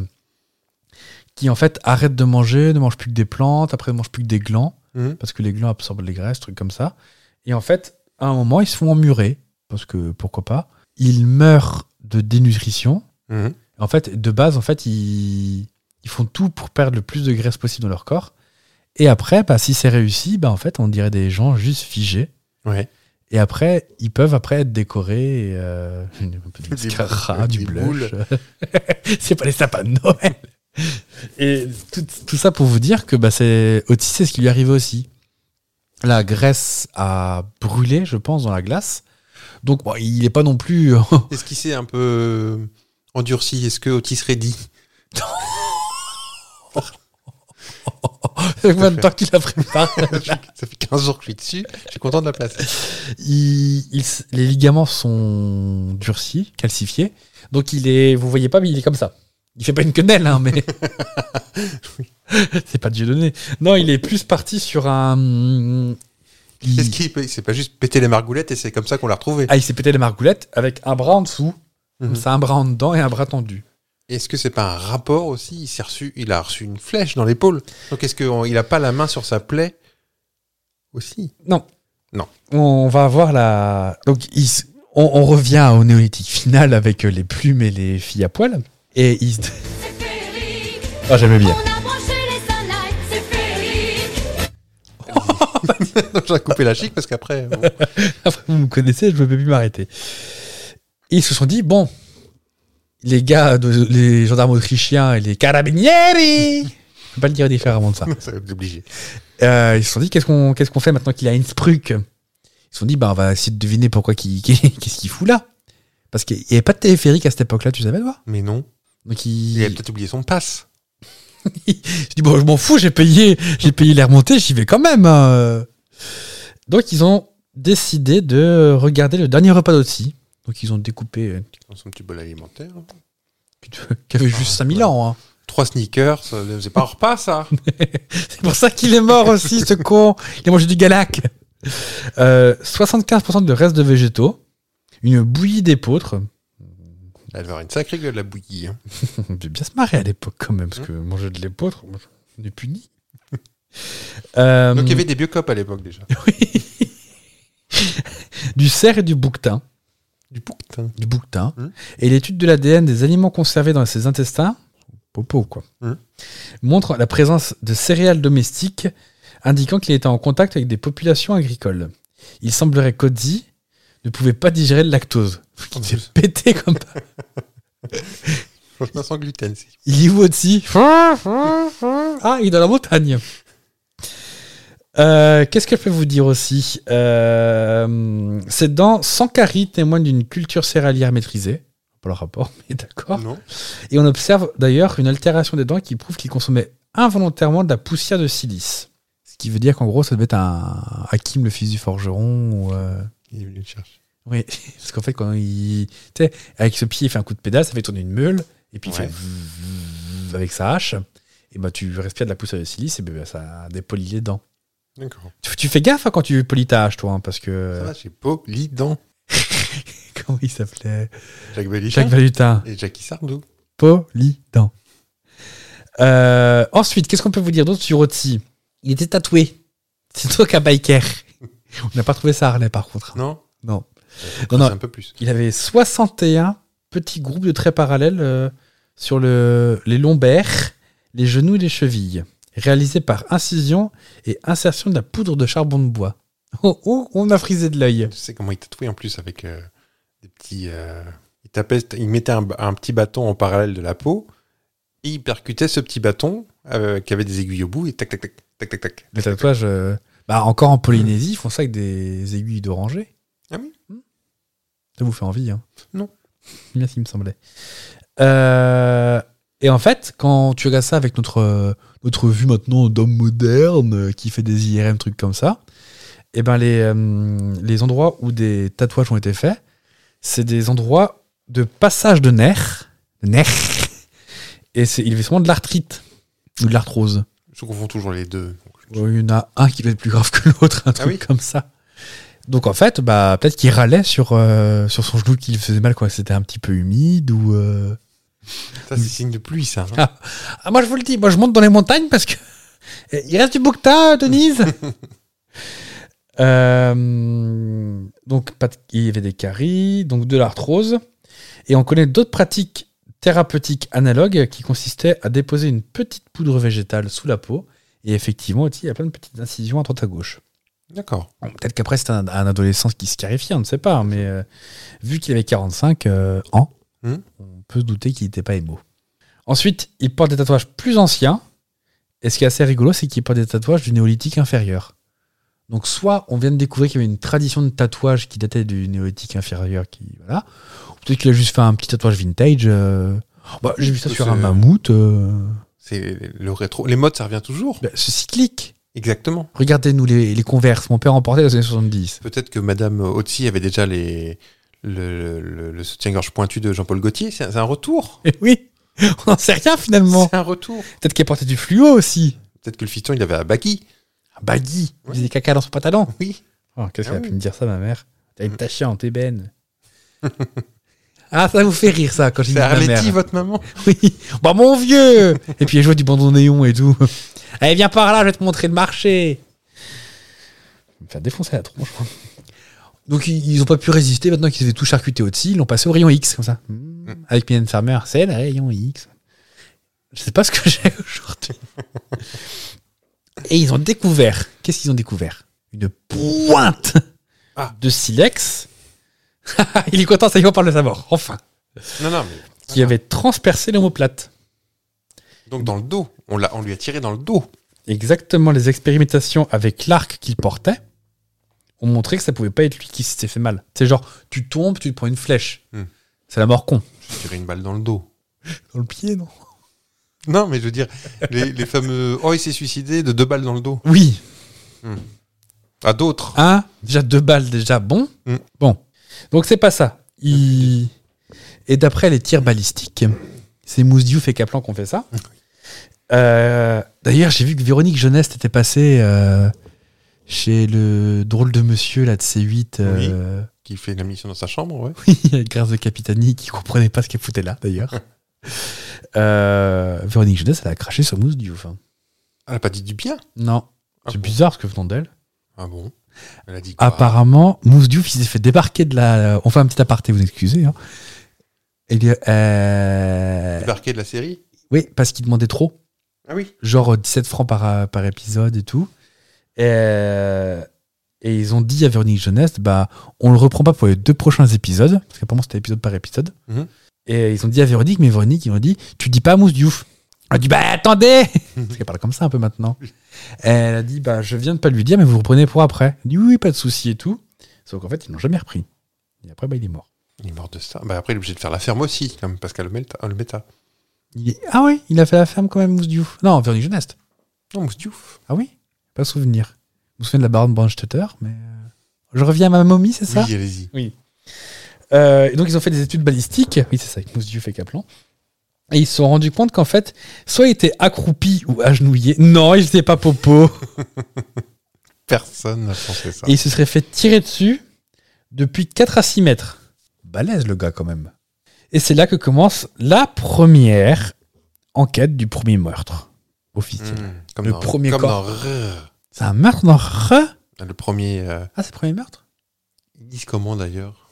Speaker 1: qui en fait arrêtent de manger, ne mangent plus que des plantes, après ne mangent plus que des glands,
Speaker 2: Mhm.
Speaker 1: parce que les glands absorbent les graisses, trucs comme ça. Et en fait, à un moment, ils se font emmurer, parce que pourquoi pas. Ils meurent de dénutrition,
Speaker 2: Mhm.
Speaker 1: en fait, de base, en fait, ils, ils font tout pour perdre le plus de graisse possible dans leur corps. Et après, bah, si c'est réussi, bah, en fait, on dirait des gens juste figés.
Speaker 2: Ouais.
Speaker 1: Et après, ils peuvent après être décorés. et, euh, un peu de
Speaker 2: Des
Speaker 1: mascara,
Speaker 2: boules,
Speaker 1: du
Speaker 2: des
Speaker 1: blush. c'est pas les sapins de Noël. Et tout, tout ça pour vous dire que bah, c'est Otis, c'est ce qui lui arrivait aussi. La graisse a brûlé, je pense, dans la glace. Donc, bon, il n'est pas non plus
Speaker 2: Est-ce qu'il s'est un peu euh, endurci Est-ce que Otis Reddy
Speaker 1: combien de temps qu'il a préparé
Speaker 2: Ça fait 15 jours que je suis dessus, je suis content de la place.
Speaker 1: il- il s- les ligaments sont durcis, calcifiés. Donc il est, vous voyez pas, mais il est comme ça. Il fait pas une quenelle, hein, mais c'est pas Dieu donné. Non, il est plus parti sur un. il-
Speaker 2: Est-ce qu'il peut- c'est pas juste péter les margoulettes et c'est comme ça qu'on l'a retrouvé
Speaker 1: Ah, il s'est pété les margoulettes avec un bras en dessous, comme
Speaker 2: Mhm.
Speaker 1: ça, un bras en dedans et un bras tendu.
Speaker 2: Est-ce que c'est pas un rapport aussi il, s'est reçu, il a reçu une flèche dans l'épaule. Donc est-ce qu'il a pas la main sur sa plaie aussi
Speaker 1: On va avoir la. Donc, il s- on, on revient au néolithique final avec les plumes et les filles à poil. Et il. se- Ah, j'aimais bien.
Speaker 2: J'ai coupé la chic parce qu'après. bon.
Speaker 1: Après, vous me connaissez, je ne peux plus m'arrêter. Et ils se sont dit, bon, les gars, de- les gendarmes autrichiens et les carabinieri, je ne peux pas le dire différemment de ça.
Speaker 2: Ça va être obligé.
Speaker 1: Euh, ils se sont dit, qu'est-ce qu'on qu'est-ce qu'on fait maintenant qu'il a Innsbruck Ils se sont dit, bah, on va essayer de deviner pourquoi qu'il- qu'est-ce qu'il fout là. Parce qu'il n'y avait pas de téléphérique à cette époque-là, tu savais, toi
Speaker 2: Mais non,
Speaker 1: Donc
Speaker 2: il a
Speaker 1: il,
Speaker 2: peut-être oublié son passe.
Speaker 1: Je dis, bon, je m'en fous, j'ai payé, j'ai payé les remontées, j'y vais quand même. hein. Donc, ils ont décidé de regarder le dernier repas d'Otsi. Donc, ils ont découpé euh,
Speaker 2: Dans son petit bol alimentaire.
Speaker 1: qui avait juste 5000 ans. hein.
Speaker 2: Trois sneakers, ça ne faisait pas un repas ça
Speaker 1: C'est pour ça qu'il est mort aussi, ce con. Il a mangé du galac. Euh, 75% de reste de végétaux, une bouillie d'épeautres.
Speaker 2: Elle va avoir une sacrée gueule la bouillie. hein.
Speaker 1: On devait bien se marrer à l'époque quand même, parce que manger de l'épeautre, on est puni. Euh,
Speaker 2: Donc il y avait des biocopes à l'époque déjà.
Speaker 1: Du cerf et du bouquetin.
Speaker 2: Du putain.
Speaker 1: du bouquetin
Speaker 2: Mhm.
Speaker 1: et l'étude de l'ADN des aliments conservés dans ses intestins, popo quoi,
Speaker 2: Mhm.
Speaker 1: montre la présence de céréales domestiques indiquant qu'il était en contact avec des populations agricoles. Il semblerait qu'Odzi ne pouvait pas digérer le lactose. Il s'est pété comme pas.
Speaker 2: Fromage sans gluten, si.
Speaker 1: Il est où aussi Ah, il est dans la montagne. Euh, Qu'est-ce que je peux vous dire aussi Euh, C'est dans Sankari témoigne d'une culture céréalière maîtrisée. Pas le rapport, mais d'accord.
Speaker 2: Non.
Speaker 1: Et on observe d'ailleurs une altération des dents qui prouve qu'il consommait involontairement de la poussière de silice. Ce qui veut dire qu'en gros, ça devait être un Hakim, le fils du forgeron. Ou euh,
Speaker 2: Il est venu le chercher.
Speaker 1: Oui, parce qu'en fait, quand il. Tu sais, avec ce pied, il fait un coup de pédale, ça fait tourner une meule, et puis il fait
Speaker 2: Ouais.
Speaker 1: vzz, vzz avec sa hache, et ben tu respires de la poussière de silice, et ben ça dépolie les dents.
Speaker 2: D'accord.
Speaker 1: Tu, tu fais gaffe hein, quand tu polis ta hache, toi, hein, parce
Speaker 2: Ça
Speaker 1: que.
Speaker 2: va, j'ai poli dans
Speaker 1: Comment il s'appelait
Speaker 2: Jacques Balichat
Speaker 1: Jacques Valutin.
Speaker 2: et Jackie Sardou.
Speaker 1: Polydent. Euh, ensuite, qu'est-ce qu'on peut vous dire d'autre sur Ozzy Il était tatoué. C'est toi qu'un biker. On n'a pas trouvé ça à Harley, par contre.
Speaker 2: Non
Speaker 1: Non.
Speaker 2: Non,
Speaker 1: non.
Speaker 2: Un peu plus.
Speaker 1: Il avait 61 petits groupes de traits parallèles euh, sur le, les lombaires, les genoux et les chevilles, réalisés par incision et insertion de la poudre de charbon de bois. Oh, oh, on a frisé de l'œil.
Speaker 2: Tu sais comment il tatouait en plus avec euh, des petits. euh, il tapait, il mettait un, un petit bâton en parallèle de la peau et il percutait ce petit bâton euh, qui avait des aiguilles au bout et tac tac tac tac tac tac.
Speaker 1: Le tatouage, euh, bah, encore en Polynésie, ils font ça avec des aiguilles d'oranger.
Speaker 2: Ah oui
Speaker 1: Hmm. Ça vous fait envie, hein
Speaker 2: Non.
Speaker 1: Bien s'il me semblait. Euh, et en fait, quand tu regardes ça avec notre, euh, notre vue maintenant d'homme moderne euh, qui fait des IRM, trucs comme ça, et ben les, euh, les endroits où des tatouages ont été faits, c'est des endroits de passage de nerfs. De nerfs. Et c'est- il y avait sûrement de l'arthrite ou de l'arthrose.
Speaker 2: Je confonds toujours les deux.
Speaker 1: Ouais, Il y en a un qui doit être plus grave que l'autre, un truc
Speaker 2: oui
Speaker 1: comme ça. Donc en fait, bah, peut-être qu'il râlait sur, euh, sur son genou qui lui faisait mal, quoi. C'était un petit peu humide ou. euh,
Speaker 2: Ça, c'est signe de pluie, ça. hein.
Speaker 1: Ah. Ah, moi je vous le dis, moi je monte dans les montagnes parce que. Eh, Il reste du bouquetin, Denise Euh, Donc pas de- il y avait des caries, donc de l'arthrose. Et on connaît d'autres pratiques thérapeutiques analogues qui consistaient à déposer une petite poudre végétale sous la peau. Et effectivement, aussi, il y a plein de petites incisions à droite à gauche.
Speaker 2: D'accord.
Speaker 1: Bon, Peut-être qu'après, c'est un, un adolescent qui se scarifiait, on ne sait pas. Mais euh, vu qu'il avait 45 euh, ans,
Speaker 2: Mhm.
Speaker 1: on peut se douter qu'il n'était pas émo. Ensuite, il porte des tatouages plus anciens. Et ce qui est assez rigolo, c'est qu'il porte des tatouages du néolithique inférieur. Donc, soit on vient de découvrir qu'il y avait une tradition de tatouage qui datait du néolithique inférieur, qui voilà. Ou peut-être qu'il a juste fait un petit tatouage vintage. euh. Bah, J'ai vu ça
Speaker 2: C'est-
Speaker 1: sur un mammouth. euh.
Speaker 2: C'est le rétro. Les modes, ça revient toujours.
Speaker 1: Bah, c'est cyclique.
Speaker 2: Exactement.
Speaker 1: Regardez-nous les, les converses. Mon père en portait dans les années 70.
Speaker 2: Peut-être que Madame Otzi avait déjà les, le, le- le soutien-gorge pointu de Jean-Paul Gaultier. C'est c'est un retour.
Speaker 1: Eh oui, on n'en sait rien finalement.
Speaker 2: C'est un retour.
Speaker 1: Peut-être qu'il portait du fluo aussi.
Speaker 2: Peut-être que le fiston, il avait un baggy.
Speaker 1: Un baggy. Il
Speaker 2: Ouais.
Speaker 1: faisait caca dans son pantalon.
Speaker 2: Oui.
Speaker 1: Oh, Qu'est-ce
Speaker 2: Ah
Speaker 1: qu'elle a
Speaker 2: oui.
Speaker 1: pu me dire ça, ma mère T'as une tache en Ben. t'ébène. ah, ça vous fait rire ça quand j'ai dit
Speaker 2: C'est
Speaker 1: ma
Speaker 2: Arletty,
Speaker 1: mère.
Speaker 2: votre maman.
Speaker 1: Oui. Bah mon vieux Et puis elle jouait du bandeau néon et tout. Allez, viens par là, je vais te montrer le marché. Je vais me faire défoncer la tronche. moi. Donc ils ils ont pas pu résister maintenant qu'ils avaient tout charcuté au-dessus, ils l'ont passé au rayon X comme ça. Avec Mylène Farmer, c'est le rayon X. Je sais pas ce que j'ai aujourd'hui. et ils ont découvert, qu'est-ce qu'ils ont découvert Une pointe
Speaker 2: Ah.
Speaker 1: de silex. il est content, ça y est, on parle de sa mort, enfin.
Speaker 2: Non, non, mais.
Speaker 1: Qui avait transpercé l'homoplate.
Speaker 2: Donc dans le dos. On, l'a- on lui a tiré dans le dos.
Speaker 1: exactement les expérimentations avec l'arc qu'il portait ont montré que ça pouvait pas être lui qui s'était fait mal. C'est genre, tu tombes, tu te prends une flèche.
Speaker 2: Hmm.
Speaker 1: C'est la mort con.
Speaker 2: Je tirais une balle dans le dos.
Speaker 1: Dans le pied, non
Speaker 2: Non, mais je veux dire, les, les fameux. Oh, il s'est suicidé de deux balles dans le dos.
Speaker 1: Oui.
Speaker 2: À d'autres.
Speaker 1: Un, déjà deux balles, déjà bon.
Speaker 2: Hmm.
Speaker 1: Bon. Donc c'est pas ça. Il- Et d'après les tirs balistiques, c'est Mousdiouf et Kaplan qui ont fait ça.
Speaker 2: Hmm.
Speaker 1: Euh, D'ailleurs, j'ai vu que Véronique Jeunesse était passée euh, chez le drôle de monsieur là de C8. euh,
Speaker 2: Qui fait la mission dans sa chambre, ouais.
Speaker 1: grâce de Capitani qui comprenait pas ce qu'elle foutait là d'ailleurs. Euh, Véronique Jeunesse, elle a craché sur Mousse Diouf. hein.
Speaker 2: Elle a pas dit du bien.
Speaker 1: Non,
Speaker 2: Ah
Speaker 1: c'est
Speaker 2: bon.
Speaker 1: bizarre ce que venant d'elle.
Speaker 2: Ah bon Elle a dit quoi
Speaker 1: Apparemment, Mousse Diouf, il s'est fait débarquer de la. On fait un petit aparté, vous excusez. Hein. Et bien, euh,
Speaker 2: Débarquer de la série
Speaker 1: Oui, parce qu'il demandait trop.
Speaker 2: Ah oui.
Speaker 1: genre 17 francs par, euh, par épisode et tout. Et, euh, et ils ont dit à Véronique Jeunesse, bah, on le reprend pas pour les deux prochains épisodes, parce qu'apparemment c'était épisode par épisode.
Speaker 2: Mhm.
Speaker 1: Et ils ont dit à Véronique, mais Véronique, ils ont dit, tu dis pas Mousse Diouf. Elle a dit, bah attendez Parce qu'elle parle comme ça un peu maintenant. Elle a dit, bah je viens de pas lui dire, mais vous reprenez pour après. Elle dit, oui, oui, pas de souci et tout. Sauf qu'en fait, ils n'ont jamais repris. Et après, bah, il est mort.
Speaker 2: Il est mort de ça. Bah après, il est obligé de faire la ferme aussi, comme Pascal Melta- euh, le Méta.
Speaker 1: Il est- Ah oui, il a fait la ferme quand même, Mousse Diouf. Non, Véronique Jeunesse.
Speaker 2: Non, Mousse Diouf.
Speaker 1: Ah oui Pas souvenir. Je me souviens de la baronne Branstetter, mais. euh, Je reviens à ma momie, c'est ça
Speaker 2: Oui, allez-y.
Speaker 1: Euh, et donc ils ont fait des études balistiques, oui c'est ça, avec Mousse Diouf et Kaplan. Et ils se sont rendus compte qu'en fait, soit ils étaient accroupis ou agenouillés. Non, ils n'étaient pas popo.
Speaker 2: Personne n'a pensé ça.
Speaker 1: Et ils se seraient fait tirer dessus depuis 4 à 6 mètres. Balèze le gars quand même. Et c'est là que commence la première enquête du premier meurtre officiel.
Speaker 2: Mmh, comme
Speaker 1: Le
Speaker 2: dans-
Speaker 1: premier
Speaker 2: comme
Speaker 1: corps.
Speaker 2: dans Rrrr.
Speaker 1: C'est un meurtre dans Re
Speaker 2: Le premier. euh,
Speaker 1: Ah, c'est le premier meurtre
Speaker 2: ils disent comment d'ailleurs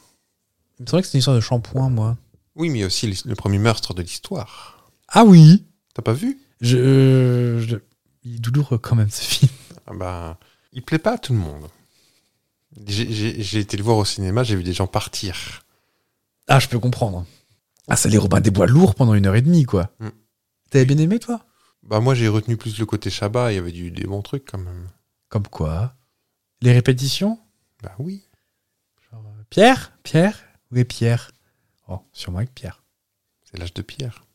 Speaker 1: Il me semblait que c'était une histoire de shampoing, moi.
Speaker 2: Oui, mais aussi le- le premier meurtre de l'histoire.
Speaker 1: Ah oui
Speaker 2: T'as pas vu
Speaker 1: je, euh, je- Il est douloureux quand même ce film.
Speaker 2: Ah bah, il plaît pas à tout le monde. J'ai- J'ai j'ai été le voir au cinéma, j'ai vu des gens partir.
Speaker 1: Ah, je peux comprendre. Ah, c'est les Robins des Bois lourds pendant une heure et demie, quoi.
Speaker 2: Mm.
Speaker 1: T'avais bien aimé, toi
Speaker 2: Bah moi j'ai retenu plus le côté Shabbat, il y avait du, des bons trucs quand même.
Speaker 1: Comme quoi Les répétitions
Speaker 2: Bah oui.
Speaker 1: Genre, euh, Pierre Pierre Où est Pierre Oh, sûrement avec Pierre.
Speaker 2: C'est l'âge de pierre.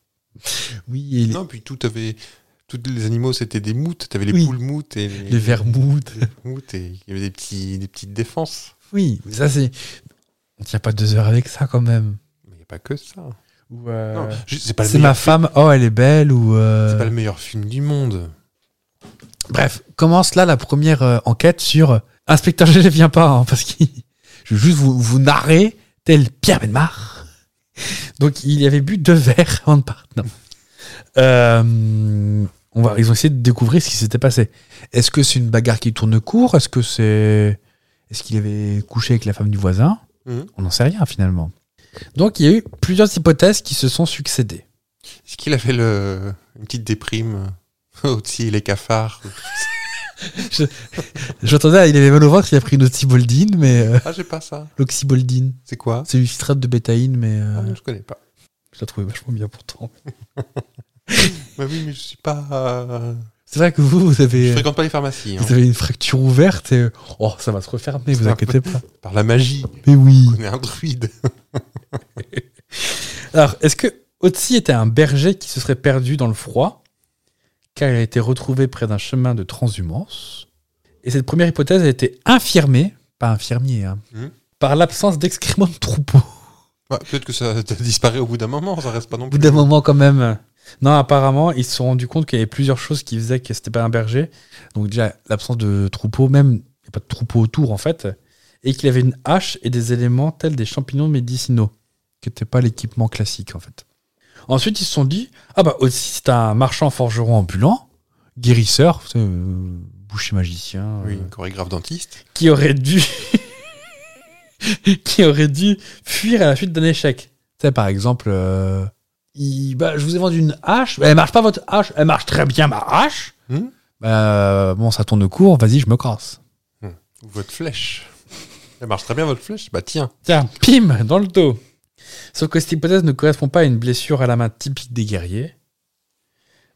Speaker 1: Oui, et les,
Speaker 2: Non, puis tout avait. Tous les animaux, c'était des moutes. T'avais les
Speaker 1: Oui.
Speaker 2: poules moutes et les,
Speaker 1: les vermouths.
Speaker 2: les moutes et il y avait des, petits, des petites défenses.
Speaker 1: Oui, mais ça, c'est. On tient pas deux heures avec ça, quand même.
Speaker 2: Mais il n'y a pas que ça.
Speaker 1: Ou, euh,
Speaker 2: Non, je- c'est pas, le
Speaker 1: C'est ma
Speaker 2: meilleur-
Speaker 1: femme, oh, elle est belle, ou. euh,
Speaker 2: c'est pas le meilleur film du monde.
Speaker 1: Bref, commence là la première euh, enquête sur euh, Inspecteur GG vient pas, hein, parce que je veux juste vous, vous narrer tel Pierre Benmar. Donc il y avait bu deux verres avant de partir. Non. Euh, on va, ils ont essayé de découvrir ce qui s'était passé. Est-ce que c'est une bagarre qui tourne court Est-ce que c'est, est-ce qu'il avait couché avec la femme du voisin
Speaker 2: Mhm.
Speaker 1: On n'en sait rien finalement. Donc il y a eu plusieurs hypothèses qui se sont succédées.
Speaker 2: Est-ce qu'il avait le, une petite déprime euh, aussi les cafards
Speaker 1: J'entendais, il avait mal au ventre, il a pris une oxyboldine, mais euh,
Speaker 2: Ah, j'ai pas ça.
Speaker 1: l'oxyboldine.
Speaker 2: C'est quoi
Speaker 1: C'est du citrate de bétaïne, mais euh,
Speaker 2: Ah, Je connais pas.
Speaker 1: je la trouvais vachement bien pourtant.
Speaker 2: Bah oui, mais je suis pas. euh,
Speaker 1: C'est vrai que vous, vous
Speaker 2: Je
Speaker 1: avez, euh,
Speaker 2: fréquente pas les pharmacies. hein.
Speaker 1: vous avez une fracture ouverte et euh, oh, ça va se refermer, vous
Speaker 2: Ça
Speaker 1: inquiétez pas.
Speaker 2: Par la magie,
Speaker 1: Mais oui.
Speaker 2: on est un druide.
Speaker 1: Alors, est-ce que Otzi était un berger qui se serait perdu dans le froid, car il a été retrouvé près d'un chemin de transhumance Et cette première hypothèse a été infirmée, pas infirmier, hein,
Speaker 2: Mhm.
Speaker 1: par l'absence d'excréments de troupeau.
Speaker 2: Ouais, Bah, Peut-être que ça disparaît au bout d'un moment, ça reste pas non
Speaker 1: Au bout
Speaker 2: plus.
Speaker 1: d'un moment, quand même. euh, Non, apparemment, ils se sont rendus compte qu'il y avait plusieurs choses qui faisaient que c'était pas un berger. Donc, déjà, l'absence de troupeau, même, il n'y a pas de troupeau autour, en fait. Et qu'il avait une hache et des éléments tels des champignons médicinaux, qui n'étaient pas l'équipement classique, en fait. Ensuite, ils se sont dit Ah, bah, aussi, c'est un marchand forgeron ambulant, guérisseur, vous savez, euh, boucher magicien,
Speaker 2: Oui,
Speaker 1: euh,
Speaker 2: chorégraphe dentiste.
Speaker 1: qui aurait dû. qui aurait dû fuir à la suite d'un échec. Tu sais, par exemple, euh, il- bah, je vous ai vendu une hache, mais elle marche pas votre hache, elle marche très bien ma hache.
Speaker 2: Hmm.
Speaker 1: Bah, bon, ça tourne court, vas-y, je me casse.
Speaker 2: Ou votre flèche. Elle marche très bien, votre flèche Bah tiens.
Speaker 1: Tiens, pim, dans le dos. Sauf que cette hypothèse ne correspond pas à une blessure à la main typique des guerriers,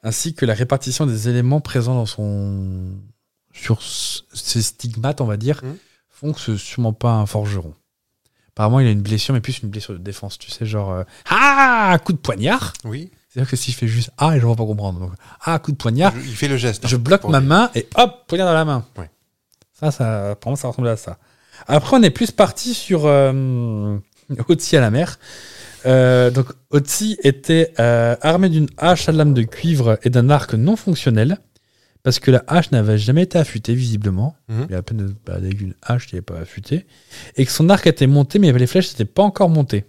Speaker 1: ainsi que la répartition des éléments présents dans son. sur s- ses stigmates, on va dire,
Speaker 2: Mhm.
Speaker 1: font que c'est sûrement pas un forgeron. Apparemment, il a une blessure, mais plus une blessure de défense, tu sais, genre. euh, ah Coup de poignard
Speaker 2: Oui.
Speaker 1: C'est-à-dire que si je fais juste Ah, les gens vont pas comprendre. Donc, ah, coup de poignard,
Speaker 2: Je- il fait le geste. hein,
Speaker 1: je bloque
Speaker 2: pour
Speaker 1: ma
Speaker 2: dire.
Speaker 1: main et hop, poignard dans la main.
Speaker 2: Ouais.
Speaker 1: Ça, ça, apparemment, ça ressemblait à ça. Après, on est plus parti sur euh, Otzi à la mer. Euh, donc, Otzi était euh, armé d'une hache à lame de cuivre et d'un arc non fonctionnel, parce que la hache n'avait jamais été affûtée, visiblement.
Speaker 2: Mhm.
Speaker 1: Il y a à peine bah, de se balader avec une hache qui n'avait pas affûtée. Et que son arc était monté, mais les flèches n'étaient pas encore montées.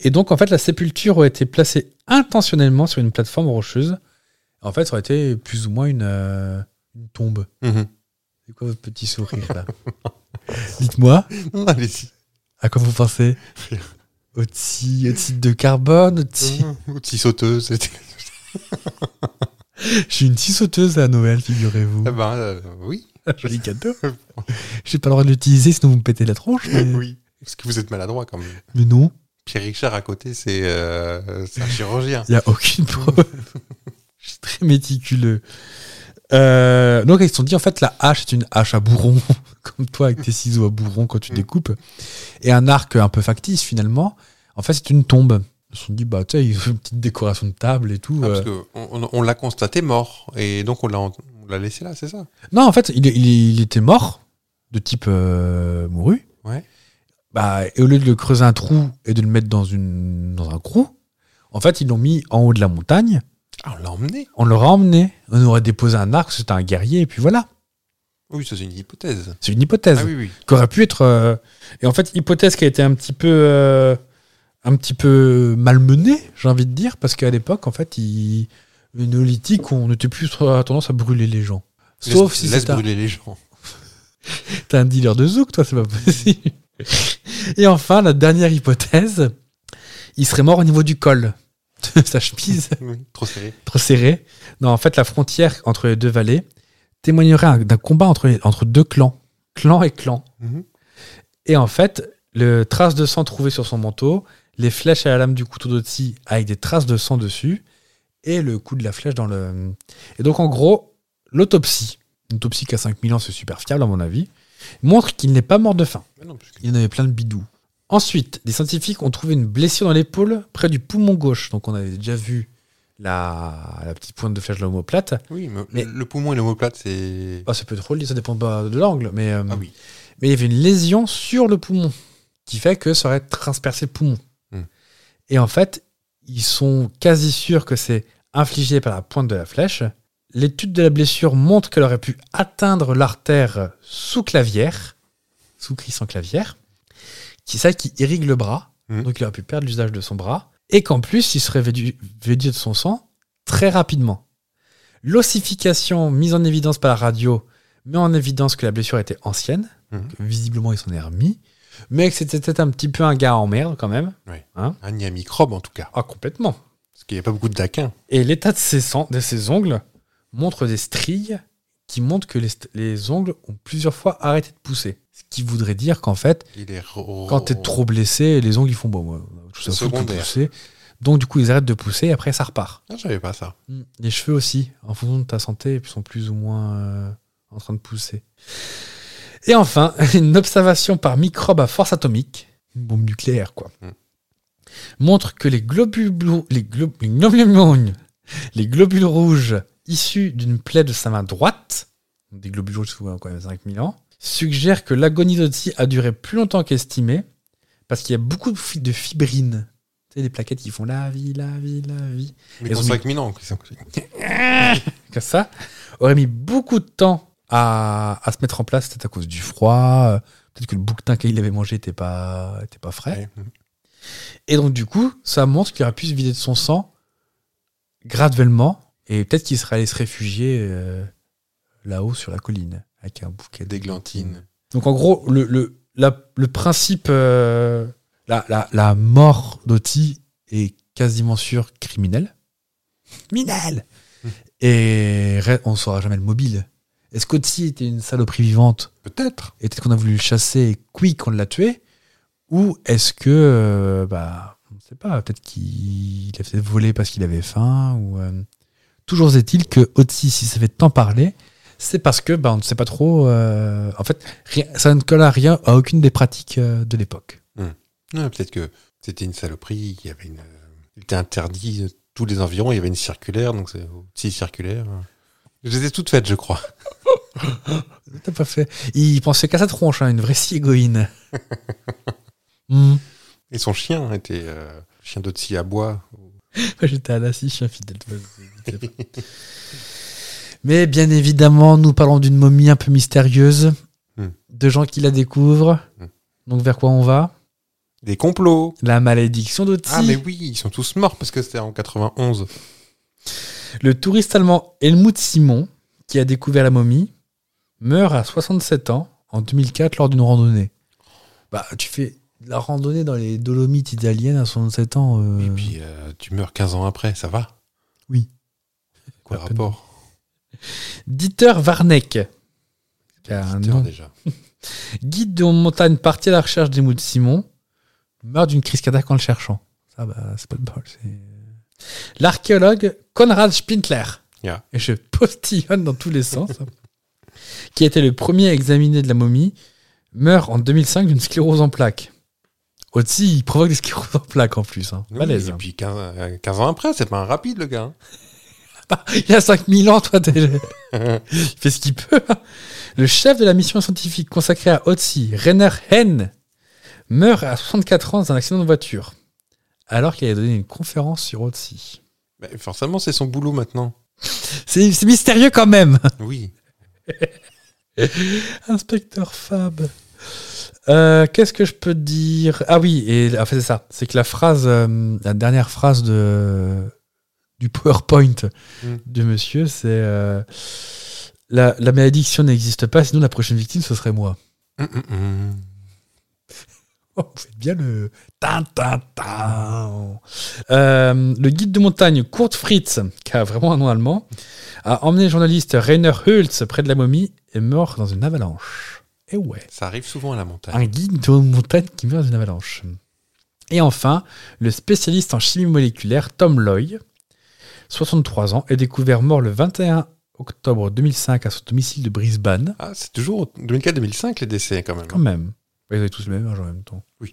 Speaker 1: Et donc, en fait, la sépulture aurait été placée intentionnellement sur une plateforme rocheuse. En fait, ça aurait été plus ou moins une, euh, une tombe.
Speaker 2: Mhm.
Speaker 1: C'est quoi votre petit sourire là Dites-moi,
Speaker 2: Non, Allez-y.
Speaker 1: à quoi vous pensez
Speaker 2: Rien.
Speaker 1: Otsi, oxyde de carbone, otsi.
Speaker 2: Ou petite Mmh. sauteuse. c'était-
Speaker 1: J'ai une scie sauteuse à Noël, figurez-vous.
Speaker 2: Ah bah euh, oui.
Speaker 1: Joli cadeau. J'ai pas le droit de l'utiliser, sinon vous me pétez la tronche. Mais,
Speaker 2: Oui. Parce que vous êtes maladroit quand même.
Speaker 1: mais non.
Speaker 2: Pierre Richard à côté, c'est euh, c'est un chirurgien.
Speaker 1: Il n'y a aucune preuve. Je suis très méticuleux. Euh, donc, ils se sont dit, en fait, la hache est une hache à bourron, comme toi avec tes ciseaux à bourron quand tu
Speaker 2: Mm.
Speaker 1: découpes. Et un arc un peu factice, finalement. En fait, c'est une tombe. Ils se sont dit, bah, tu sais, ils ont une petite décoration de table et tout.
Speaker 2: Ah, parce
Speaker 1: euh.
Speaker 2: que on, on- on l'a constaté mort, et donc on l'a on l'a laissé là, c'est ça
Speaker 1: Non, en fait, il, il- il était mort, de type euh, mouru.
Speaker 2: Ouais.
Speaker 1: Bah, et au lieu de le creuser un trou et de le mettre dans, une, dans un trou, en fait, ils l'ont mis en haut de la montagne.
Speaker 2: Ah, on l'a emmené
Speaker 1: On l'aurait emmené. On aurait déposé un arc, c'était un guerrier, et puis voilà.
Speaker 2: Oui, ça c'est une hypothèse.
Speaker 1: C'est une hypothèse.
Speaker 2: Ah oui, oui.
Speaker 1: qui aurait pu être. euh, Et en fait, hypothèse qui a été un petit peu, euh, un petit peu malmenée, j'ai envie de dire, parce qu'à l'époque, en fait, il... le néolithique, on n'était plus trop- à tendance à brûler les gens. Sauf
Speaker 2: laisse,
Speaker 1: si
Speaker 2: laisse
Speaker 1: c'est un,
Speaker 2: brûler les gens.
Speaker 1: t'es un dealer de zouk, toi, c'est pas possible. Et enfin, la dernière hypothèse, il serait mort au niveau du col. de Sa chemise
Speaker 2: Oui, Trop serré.
Speaker 1: trop serrée. Non, en fait, la frontière entre les deux vallées témoignerait un- d'un combat entre, les- entre deux clans, clan et clan.
Speaker 2: Mhm.
Speaker 1: Et en fait, le trace de sang trouvé sur son manteau, les flèches à la lame du couteau d'Otsi avec des traces de sang dessus, et le coup de la flèche dans le. Et donc, en gros, l'autopsie, une autopsie qui a 5000 ans, c'est super fiable à mon avis, montre qu'il n'est pas mort de faim.
Speaker 2: Mais non, parce que-
Speaker 1: Il y en avait plein de bidous. Ensuite, des scientifiques ont trouvé une blessure dans l'épaule près du poumon gauche. Donc, on avait déjà vu la, la petite pointe de flèche de l'homoplate.
Speaker 2: Oui, mais,
Speaker 1: Mais-
Speaker 2: le poumon et l'homoplate, c'est.
Speaker 1: Ah, ça peut être relié, ça dépend pas de l'angle, mais. euh,
Speaker 2: Ah oui.
Speaker 1: mais il y avait une lésion sur le poumon qui fait que ça aurait transpercé le poumon.
Speaker 2: Hmm.
Speaker 1: Et en fait, ils sont quasi sûrs que c'est infligé par la pointe de la flèche. L'étude de la blessure montre qu'elle aurait pu atteindre l'artère sous-clavière, sous-crissant clavière, qui est celle qui irrigue le bras,
Speaker 2: Hmm.
Speaker 1: donc il aurait pu perdre l'usage de son bras, et qu'en plus, il serait védu- védu de son sang très rapidement. L'ossification mise en évidence par la radio met en évidence que la blessure était ancienne,
Speaker 2: Mhm.
Speaker 1: que visiblement il s'en est remis, mais que c'était peut-être un petit peu un gars en merde quand même.
Speaker 2: Ah, il y a un microbe en tout cas.
Speaker 1: Ah, complètement.
Speaker 2: Parce qu'il n'y a pas beaucoup de daquins.
Speaker 1: Et l'état de ses, sang- de ses ongles montre des stries qui montrent que les, st- les ongles ont plusieurs fois arrêté de pousser. Ce qui voudrait dire qu'en fait,
Speaker 2: Il est. ro-
Speaker 1: quand t'es trop blessé, les ongles ils font bon, moi, je
Speaker 2: C'est Oh. secondaire.
Speaker 1: pousser. Donc du coup, ils arrêtent de pousser et après ça repart.
Speaker 2: Ah, j'avais pas ça.
Speaker 1: Mm. Les cheveux aussi, en fonction de ta santé, ils sont plus ou moins euh, en train de pousser. Et enfin, une observation par microbe à force atomique, une bombe nucléaire quoi,
Speaker 2: Mm.
Speaker 1: montre que les globules, les, glo- les globules- les globules rouges issus d'une plaie de sa main droite, des globules rouges souvent quand même 5000 ans, suggèrent que l'agonie d'Otsi a duré plus longtemps qu'estimé, parce qu'il y a beaucoup de fi- de fibrines. Tu sais, les plaquettes qui font la vie, la vie, la vie
Speaker 2: Mais
Speaker 1: Ils
Speaker 2: pour
Speaker 1: ont mis-
Speaker 2: 5000 ans. qu'ils sont-
Speaker 1: que ça, aurait mis beaucoup de temps à, à se mettre en place, peut-être à cause du froid, euh, peut-être que le bouquetin qu'il avait mangé n'était pas, était pas frais.
Speaker 2: Ouais.
Speaker 1: Et donc, du coup, ça montre qu'il aurait pu se vider de son sang graduellement, et peut-être qu'il serait allé se réfugier euh, là-haut sur la colline, avec un bouquet d'églantines.
Speaker 2: D'églantines.
Speaker 1: Donc en gros, le, le, la- le principe, euh, la, la, la mort d'Oti est quasiment sûr criminelle. Criminelle Et re- on ne saura jamais le mobile. Est-ce qu'Oti était une saloperie vivante
Speaker 2: Peut-être.
Speaker 1: et peut-être qu'on a voulu le chasser et quick, on l'a tué Ou est-ce que, euh, bah, on ne sait pas, peut-être qu'il il a peut-être volé parce qu'il avait faim ou, euh, Toujours est-il que Otsi, si ça fait tant parler, c'est parce que bah, on ne sait pas trop. euh, En fait, rien- ça ne colle à rien, à aucune des pratiques euh, de l'époque.
Speaker 2: Ouais, Peut-être que c'était une saloperie. Il y avait une. euh, Il était interdit de tous les environs. Il y avait une circulaire. Donc c'est aussi circulaire. Je les ai toutes faites, je crois.
Speaker 1: Tout à fait. Il pensait qu'à sa tronche, hein, une vraie scie égoïne. Hmm.
Speaker 2: Et son chien était. euh, chien d'Otsi à bois.
Speaker 1: J'étais à la scie, hein, je suis infidèle. Mais bien évidemment, nous parlons d'une momie un peu mystérieuse,
Speaker 2: Hmm.
Speaker 1: de gens qui la découvrent.
Speaker 2: Hmm.
Speaker 1: Donc vers quoi on va
Speaker 2: Des complots.
Speaker 1: La malédiction d'Otzi.
Speaker 2: Ah, mais oui, ils sont tous morts parce que c'était en 91.
Speaker 1: Le touriste allemand Helmut Simon, qui a découvert la momie, meurt à 67 ans en 2004 lors d'une randonnée. Bah, tu fais de la randonnée dans les Dolomites italiennes à 67 ans. euh,
Speaker 2: Et puis, euh, tu meurs 15 ans après, ça va
Speaker 1: Oui.
Speaker 2: Quoi le
Speaker 1: À peine.
Speaker 2: rapport
Speaker 1: Dieter Warneck, qui a un
Speaker 2: Dieter,
Speaker 1: nom
Speaker 2: déjà.
Speaker 1: Guide de montagne parti à la recherche des mots de Simon. meurt d'une crise cardiaque en le cherchant. Ça, bah, c'est pas de bol. c'est- L'archéologue Konrad Spindler.
Speaker 2: Yeah.
Speaker 1: Et je postillonne dans tous les sens. qui a été le premier à examiner de la momie, meurt en 2005 d'une sclérose en plaques. Aussi, il provoque des scléroses en plaques en plus. Hein.
Speaker 2: Oui,
Speaker 1: Malaise,
Speaker 2: Et
Speaker 1: hein.
Speaker 2: puis 15, euh, 15 ans après, c'est pas un rapide, le gars.
Speaker 1: Il y a 5000 ans, toi, déjà.
Speaker 2: hein.
Speaker 1: Il fait ce qu'il peut. hein. Le chef de la mission scientifique consacrée à Otzi, Rainer Henn, meurt à 64 ans dans un accident de voiture, alors qu'il avait donné une conférence sur Otzi.
Speaker 2: Ben, forcément, c'est son boulot maintenant.
Speaker 1: C'est c'est mystérieux quand même
Speaker 2: Oui.
Speaker 1: Inspecteur Fab. Euh, Qu'est-ce que je peux te dire Ah oui, et ah, c'est ça. C'est que la phrase, euh, la dernière phrase de, du PowerPoint
Speaker 2: Mm.
Speaker 1: de monsieur, c'est euh, la, la malédiction n'existe pas, sinon la prochaine victime, ce serait moi.
Speaker 2: Hum, hum, hum.
Speaker 1: Oh, vous faites bien le. Tin, tin, tin. Euh, le guide de montagne Kurt Fritz, qui a vraiment un nom allemand, a emmené le journaliste Rainer Hülz près de la momie et mort dans une avalanche. Et ouais.
Speaker 2: Ça arrive souvent à la montagne.
Speaker 1: Un guide de montagne qui meurt d'une avalanche. Et enfin, le spécialiste en chimie moléculaire Tom Loy, 63 ans, est découvert mort le 21 octobre 2005 à son domicile de Brisbane.
Speaker 2: Ah, c'est toujours 2004-2005 les décès quand même.
Speaker 1: Quand même. Ils avaient tous le même âge en même temps.
Speaker 2: Oui.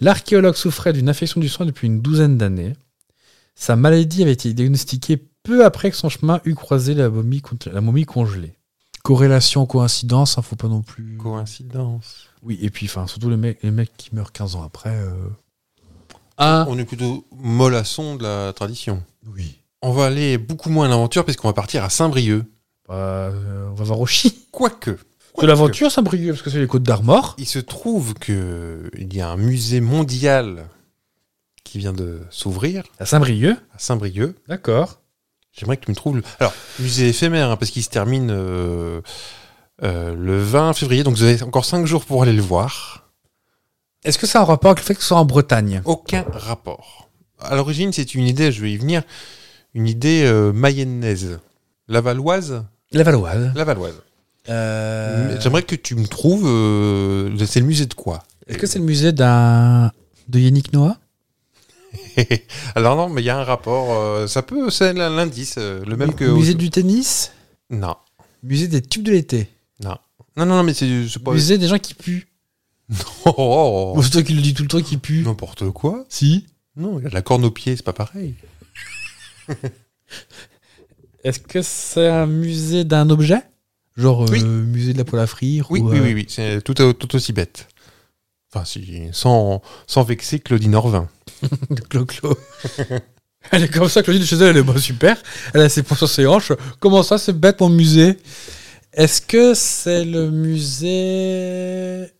Speaker 1: L'archéologue souffrait d'une infection du sang depuis une douzaine d'années. Sa maladie avait été diagnostiquée peu après que son chemin eût croisé la momie, cont- la momie congelée. Corrélation, coïncidence, hein, faut pas non plus.
Speaker 2: Coïncidence.
Speaker 1: Oui, et puis enfin, surtout le mec, les mecs qui meurent 15 ans après. euh, Un.
Speaker 2: Ah. On est plutôt mollasson de la tradition.
Speaker 1: Oui.
Speaker 2: On va aller beaucoup moins à l'aventure puisqu'on va partir à Saint-Brieuc.
Speaker 1: Bah, euh, on va voir Rochi.
Speaker 2: Quoique.
Speaker 1: De
Speaker 2: Quoique.
Speaker 1: l'aventure, Saint-Brieuc, parce que c'est les côtes d'Armor.
Speaker 2: Il se trouve que il y a un musée mondial qui vient de s'ouvrir
Speaker 1: À Saint-Brieuc.
Speaker 2: à Saint-Brieuc.
Speaker 1: D'accord.
Speaker 2: J'aimerais que tu me trouves. le- Alors, musée éphémère, hein, parce qu'il se termine euh, euh, le 20 février, donc vous avez encore 5 jours pour aller le voir.
Speaker 1: Est-ce que ça a un rapport avec le fait que ce soit en Bretagne
Speaker 2: Aucun rapport. À l'origine, c'est une idée, je vais y venir, une idée euh, mayennaise. Lavalloise
Speaker 1: La Valoise.
Speaker 2: Lavalloise.
Speaker 1: Euh,
Speaker 2: J'aimerais que tu me trouves. euh, c'est le musée de quoi
Speaker 1: Est-ce que c'est le musée d'un. de Yannick Noah
Speaker 2: Alors non, mais il y a un rapport. euh, ça peut, c'est l- l'indice, euh, le même que.
Speaker 1: Musée du tennis
Speaker 2: Non,
Speaker 1: Musée des tubes de l'été
Speaker 2: non, non, non, non, mais c'est c'est pas.
Speaker 1: Musée des gens qui puent
Speaker 2: Oh, oh,
Speaker 1: Bon,
Speaker 2: oh.
Speaker 1: C'est toi qui le dis tout le temps qui pue.
Speaker 2: N'importe quoi.
Speaker 1: Si.
Speaker 2: Non, il y a de la corne aux pieds, c'est pas pareil.
Speaker 1: Est-ce que c'est un musée d'un objet Genre euh,
Speaker 2: Oui.
Speaker 1: musée de la poêle à frire
Speaker 2: Oui,
Speaker 1: ou,
Speaker 2: oui,
Speaker 1: euh,
Speaker 2: oui, oui, c'est tout, au- tout aussi bête. Enfin, si, sans, sans vexer Claudie Norvin.
Speaker 1: de Clo-Clo. elle est comme ça, Claudie de chez elle, elle est bah, super. Elle a ses points sur ses hanches. Comment ça, c'est bête mon musée Est-ce que c'est le musée.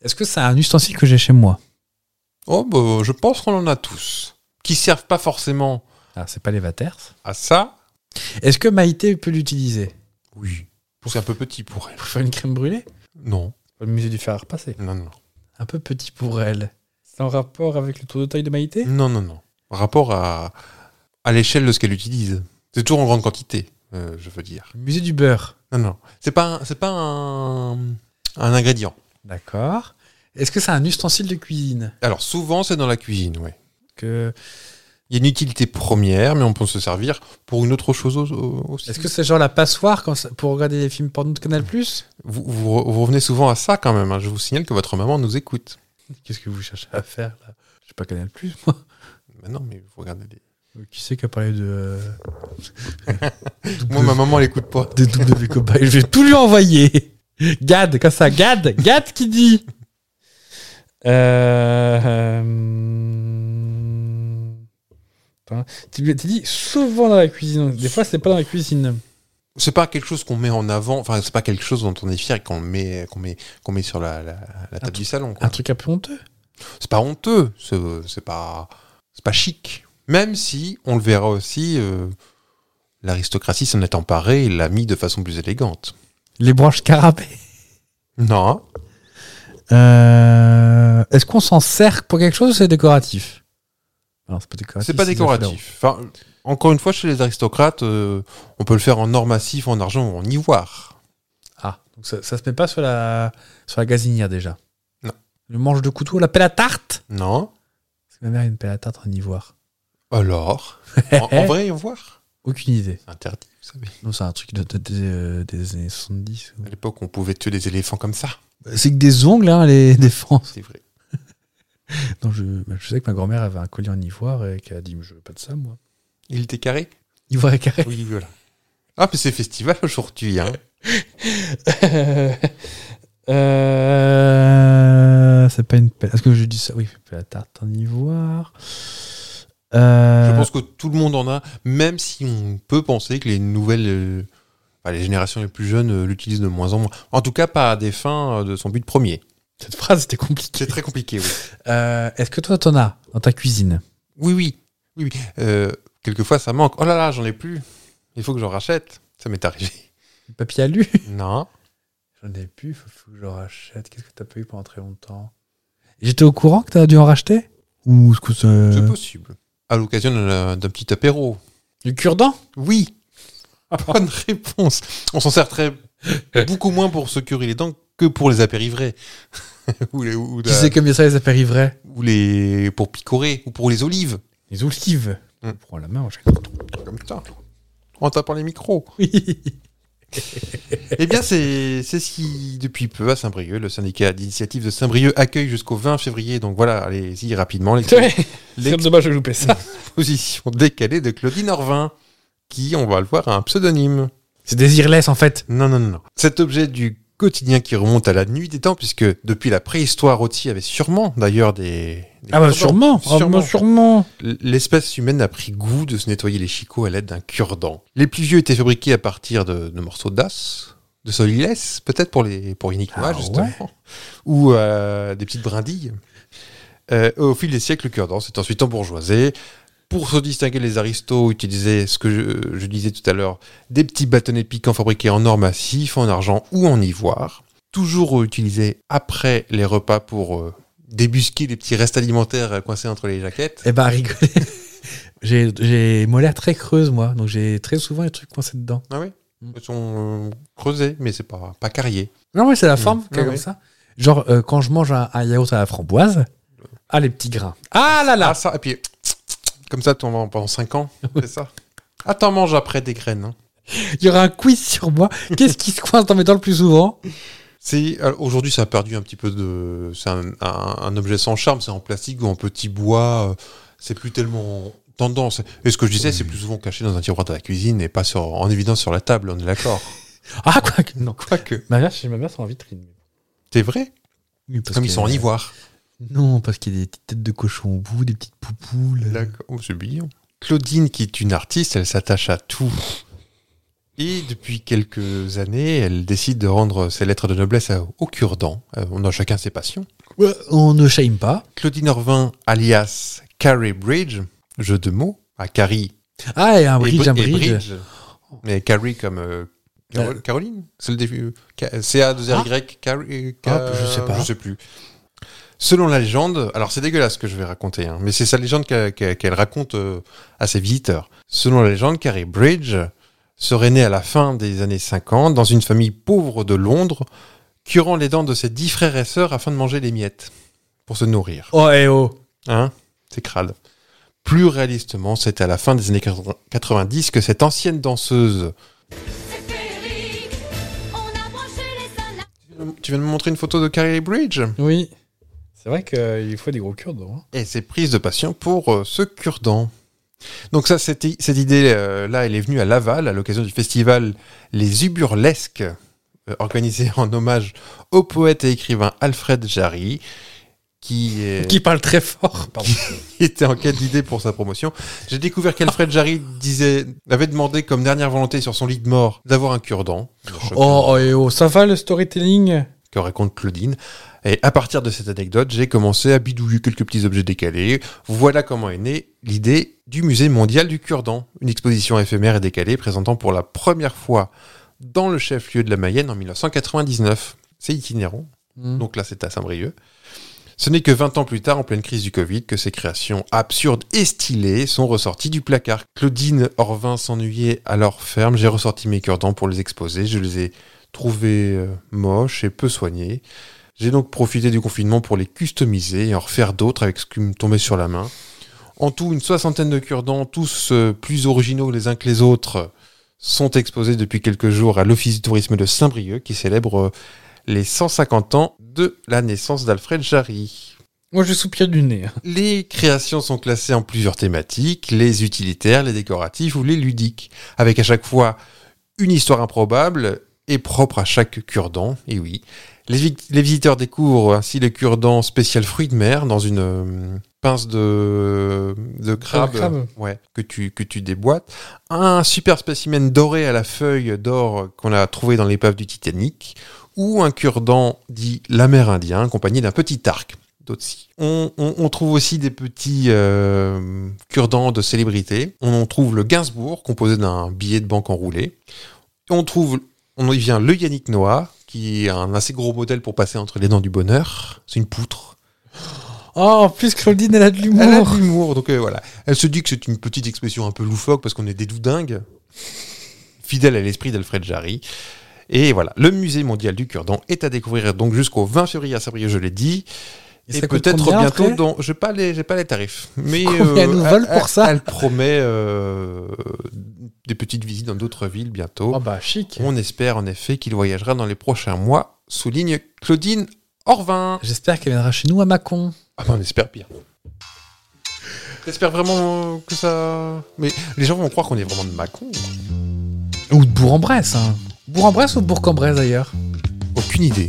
Speaker 1: Est-ce que c'est un ustensile que j'ai chez moi
Speaker 2: Oh, bah, je pense qu'on en a tous. Qui servent pas forcément
Speaker 1: Ah, c'est pas les vaters.
Speaker 2: à ça.
Speaker 1: Est-ce que Maïté peut l'utiliser
Speaker 2: Oui. C'est un peu petit pour elle.
Speaker 1: Pour faire une crème brûlée
Speaker 2: Non,
Speaker 1: Le musée du fer à repasser.
Speaker 2: non, non.
Speaker 1: Un peu petit pour elle. C'est en rapport avec le tour de taille de Maïté
Speaker 2: Non, non, non. Rapport à, à l'échelle de ce qu'elle utilise. C'est toujours en grande quantité, euh, je veux dire.
Speaker 1: Le musée du beurre.
Speaker 2: Non, non. C'est pas, un- c'est pas un, un ingrédient.
Speaker 1: D'accord. Est-ce que c'est un ustensile de cuisine
Speaker 2: Alors, souvent, c'est dans la cuisine, ouais.
Speaker 1: que...
Speaker 2: Il y a une utilité première, mais on peut se servir pour une autre chose au- au- aussi.
Speaker 1: Est-ce que c'est genre la passoire quand ça- pour regarder les films porno de Canal Plus
Speaker 2: vous, vous re- vous revenez souvent à ça quand même. hein. Je vous signale que votre maman nous écoute.
Speaker 1: Qu'est-ce que vous cherchez à faire là Je sais pas Canal Plus, moi.
Speaker 2: Mais non, mais vous regardez les-
Speaker 1: Qui c'est qui a parlé de. euh,
Speaker 2: Moi, ma maman, elle écoute pas.
Speaker 1: des W Cowboy. Je vais tout lui envoyer. Gad, comme ça, Gad, Gad qui dit. Euh, euh, putain. Tu lui- tu dis souvent dans la cuisine. Des fois, c'est pas dans la cuisine.
Speaker 2: C'est pas quelque chose qu'on met en avant. Enfin, c'est pas quelque chose dont on est fier et qu'on met, qu'on met, qu'on met sur la, la- la table du salon. quoi.
Speaker 1: Un truc un peu honteux.
Speaker 2: C'est pas honteux. C'est c'est pas, c'est pas chic. Même si, on le verra aussi, euh, l'aristocratie s'en est emparée et l'a mis de façon plus élégante.
Speaker 1: Les branches carabées.
Speaker 2: Non. hein
Speaker 1: Euh, Est-ce qu'on s'en sert pour quelque chose ou c'est décoratif Non, Bah c'est pas décoratif.
Speaker 2: C'est pas
Speaker 1: de la
Speaker 2: décoratif. Enfin, encore une fois, chez les aristocrates, euh, on peut le faire en or massif, en argent ou en ivoire.
Speaker 1: Ah, donc ça, ça se met pas sur la, sur la gazinière déjà.
Speaker 2: Non.
Speaker 1: Le manche de couteau, la pelle à tarte
Speaker 2: Non.
Speaker 1: Parce que ma mère a une pelle à tarte en ivoire.
Speaker 2: Alors En, en vrai, voir
Speaker 1: Aucune idée.
Speaker 2: Interdit, vous savez.
Speaker 1: Non, c'est un truc de, de- de- euh, des années 70. ou-
Speaker 2: À l'époque, on pouvait tuer des éléphants comme ça.
Speaker 1: C'est que des ongles, hein, les défenses.
Speaker 2: C'est vrai.
Speaker 1: Non, je, bah, je sais que ma grand-mère avait un collier en ivoire et qu'elle a dit, mais je veux pas de ça, moi.
Speaker 2: Il était carré
Speaker 1: Ivoire et carré.
Speaker 2: Oui, voilà. Ah, mais c'est festival aujourd'hui, hein.
Speaker 1: Euh, c'est pas une pelle. Est-ce que je dis ça Oui, pelle à tarte en ivoire. Euh,
Speaker 2: Je pense que tout le monde en a, même si on peut penser que les nouvelles, euh, enfin, les générations les plus jeunes euh, l'utilisent de moins en moins. En tout cas, pas à des fins euh, de son but premier.
Speaker 1: Cette phrase était compliquée.
Speaker 2: C'est très compliqué, oui.
Speaker 1: Euh, Est-ce que toi, t'en as dans ta cuisine
Speaker 2: Oui, oui. oui, oui. Euh, quelquefois, ça manque. Oh là là, j'en ai plus. Il faut que j'en rachète. Ça m'est arrivé.
Speaker 1: Du papier alu
Speaker 2: Non.
Speaker 1: J'en ai plus, faut, faut que je rachète. Qu'est-ce que t'as pas eu pendant très longtemps J'étais au courant que t'as dû en racheter Ou ce que c'est.
Speaker 2: C'est possible. À l'occasion d'un d'un petit apéro.
Speaker 1: Du cure-dent
Speaker 2: Oui. Bonne réponse. On s'en sert très beaucoup moins pour se curer les dents que pour les apérivrés. ou les, ou
Speaker 1: Tu
Speaker 2: la-
Speaker 1: sais combien ça les apérivrés
Speaker 2: ou les pour picorer ou pour les olives.
Speaker 1: Les olives.
Speaker 2: Hmm.
Speaker 1: On prend la main, on jette.
Speaker 2: Comme ça. En tapant les micros.
Speaker 1: Oui.
Speaker 2: Eh bien, c'est c'est ce qui, depuis peu, à Saint-Brieuc, le syndicat d'initiative de Saint-Brieuc accueille jusqu'au 20 février. Donc voilà, allez-y rapidement. Les- Mm.
Speaker 1: C'est dommage de louper ça.
Speaker 2: L'exposition décalée de Claudine Orvin, qui, on va le voir, a un pseudonyme.
Speaker 1: C'est des Irless en fait.
Speaker 2: Non, non, non, non. Cet objet du quotidien qui remonte à la nuit des temps, puisque depuis la préhistoire, Oti avait sûrement d'ailleurs des, des
Speaker 1: Ah bah
Speaker 2: cure-dents.
Speaker 1: sûrement.
Speaker 2: Sûrement.
Speaker 1: Sûrement. sûrement.
Speaker 2: L'espèce humaine a pris goût de se nettoyer les chicots à l'aide d'un cure-dent. Les plus vieux étaient fabriqués à partir de, de morceaux d'as, de solilès, peut-être pour, les- pour Yannick Noah,
Speaker 1: Ah
Speaker 2: justement,
Speaker 1: ouais.
Speaker 2: ou euh, des petites brindilles. Euh, au fil des siècles, le cure-dent s'est ensuite embourgeoisé. Pour se distinguer, les aristos utilisaient ce que je, je disais tout à l'heure, des petits bâtonnets piquants fabriqués en or massif, en argent ou en ivoire, toujours utilisés après les repas pour euh, débusquer les petits restes alimentaires euh, coincés entre les jaquettes.
Speaker 1: Eh bah rigoler. j'ai j'ai molaire très creuse moi, donc j'ai très souvent les trucs coincés dedans.
Speaker 2: Ah oui
Speaker 1: Mm.
Speaker 2: Elles sont euh, creusées, mais c'est pas, pas carrié.
Speaker 1: Non Mmh. ouais, c'est la forme
Speaker 2: Ah
Speaker 1: qui est comme
Speaker 2: ouais.
Speaker 1: ça. Genre euh, quand je mange un, un yaourt à la framboise, ah les petits grains. Ah là là.
Speaker 2: Ah, ça, et puis comme ça, tu en manges pendant 5 ans, c'est ça Ah, t'en manges après des graines. hein.
Speaker 1: Il y aura un quiz sur moi. Qu'est-ce qui se coince dans mes dents le plus souvent
Speaker 2: C'est, alors, aujourd'hui, ça a perdu un petit peu de. C'est un, un- un objet sans charme, c'est en plastique ou en petit bois. euh, C'est plus tellement tendance. Et ce que je disais, c'est plus souvent caché dans un tiroir de la cuisine et pas sur, en évidence sur la table, on est d'accord.
Speaker 1: Ah quoi que non.
Speaker 2: Quoique.
Speaker 1: Ma mère, chez ma mère, sont en vitrine.
Speaker 2: C'est vrai
Speaker 1: Oui, parce
Speaker 2: Comme Ah, ils
Speaker 1: que-
Speaker 2: sont en ivoire.
Speaker 1: Non, parce qu'il y a des petites têtes de cochon au bout, des petites poupoules.
Speaker 2: D'accord. Oh, c'est mignon. Claudine, qui est une artiste, elle s'attache à tout. Et depuis quelques années, elle décide de rendre ses lettres de noblesse à- au cure-dent. Euh, on a chacun ses passions.
Speaker 1: Ouais, on ne shame pas.
Speaker 2: Claudine Orvin, alias Carrie Bridge, jeu de mots, à Carrie.
Speaker 1: Ah, et un
Speaker 2: et
Speaker 1: bridge,
Speaker 2: Bri-
Speaker 1: un
Speaker 2: et
Speaker 1: bridge.
Speaker 2: Mais Carrie comme euh, Carole- Caroline C'est le début. C-A-2-R-Y, Carrie. euh,
Speaker 1: Ah, je sais pas.
Speaker 2: Je sais plus. Selon la légende, alors c'est dégueulasse ce que je vais raconter, hein, mais c'est sa légende qu'a- qu'a- qu'elle raconte euh, à ses visiteurs. Selon la légende, Carrie Bridge serait née à la fin des années 50 dans une famille pauvre de Londres, curant les dents de ses dix frères et sœurs afin de manger les miettes pour se nourrir.
Speaker 1: Oh, eh oh.
Speaker 2: Hein C'est crade. Plus réalistement, c'est à la fin des années 90 que cette ancienne danseuse. Tu viens de me montrer une photo de Carrie Bridge
Speaker 1: Oui. C'est vrai
Speaker 2: euh,
Speaker 1: qu'il faut des gros cures dedans.
Speaker 2: et ses prises de passion pour euh, ce cure-dent. Donc ça, cette, i- cette idée-là, elle est venue à Laval à l'occasion du festival Les Uburlesques, euh, organisé en hommage au poète et écrivain Alfred Jarry, qui, est-
Speaker 1: Qui parle très fort.
Speaker 2: qui était en quête d'idées pour sa promotion. J'ai découvert qu'Alfred Jarry disait, avait demandé comme dernière volonté sur son lit de mort d'avoir un cure-dent.
Speaker 1: Oh, oh, eh oh. Ça va le storytelling
Speaker 2: que raconte Claudine. Et à partir de cette anecdote, j'ai commencé à bidouiller quelques petits objets décalés. Voilà comment est née l'idée du Musée mondial du Cure-dent, une exposition éphémère et décalée présentant pour la première fois dans le chef-lieu de la Mayenne en 1999. C'est itinérant,
Speaker 1: Mm. Hmm.
Speaker 2: donc là c'est à Saint-Brieuc. Ce n'est que 20 ans plus tard, en pleine crise du Covid, que ces créations absurdes et stylées sont ressorties du placard. Claudine Orvin s'ennuyait à leur ferme. J'ai ressorti mes cure-dents pour les exposer. Je les ai trouvés euh, moches et peu soignés. J'ai donc profité du confinement pour les customiser et en refaire d'autres avec ce qui me tombait sur la main. En tout, une soixantaine de cure-dents, tous euh, plus originaux les uns que les autres, sont exposés depuis quelques jours à l'Office du tourisme de Saint-Brieuc qui célèbre euh, les 150 ans de la naissance d'Alfred Jarry.
Speaker 1: Moi, je soupire du nez. hein.
Speaker 2: Les créations sont classées en plusieurs thématiques, les utilitaires, les décoratifs ou les ludiques, avec à chaque fois une histoire improbable et propre à chaque cure-dent, et oui. Les, vi- les visiteurs découvrent ainsi le cure-dent spécial fruits de mer dans une euh, pince de, de crabe,
Speaker 1: crabe.
Speaker 2: Ouais, que, tu, que tu déboîtes, un super spécimen doré à la feuille d'or qu'on a trouvé dans l'épave du Titanic, ou un cure-dent dit l'Amérindien, accompagné d'un petit arc d'autres si. On, on- on trouve aussi des petits euh, cure-dents de célébrités. On en trouve le Gainsbourg, composé d'un billet de banque enroulé. On trouve, on y vient le Yannick Noah, qui est un assez gros modèle pour passer entre les dents du bonheur. C'est une poutre.
Speaker 1: Oh, en plus, Claudine, elle a de
Speaker 2: Elle a
Speaker 1: l'humour.
Speaker 2: de l'humour, donc euh, voilà. Elle se dit que c'est une petite expression un peu loufoque parce qu'on est des doudingues. Fidèle à l'esprit d'Alfred Jarry. Et voilà, le musée mondial du cure-dent est à découvrir donc jusqu'au 20 février à Saint-Brieuc, je l'ai dit.
Speaker 1: Et
Speaker 2: Et,
Speaker 1: ça coûte
Speaker 2: peut-être
Speaker 1: combien,
Speaker 2: bientôt
Speaker 1: après
Speaker 2: dans. J'ai pas les, j'ai pas les tarifs. Mais euh,
Speaker 1: Combien elle nous vole pour ça
Speaker 2: Elle promet euh, des petites visites dans d'autres villes bientôt.
Speaker 1: Oh, bah, chic.
Speaker 2: On espère en effet qu'il voyagera dans les prochains mois, souligne Claudine Orvin.
Speaker 1: J'espère qu'elle viendra chez nous à Mâcon.
Speaker 2: Ah bah on espère pire. J'espère vraiment euh, que ça. Mais les gens vont croire qu'on est vraiment de Macon. hein.
Speaker 1: Ou de Bourg-en-Bresse. Hein. Bourg-en-Bresse ou Bourg-en-Bresse d'ailleurs
Speaker 2: Aucune idée.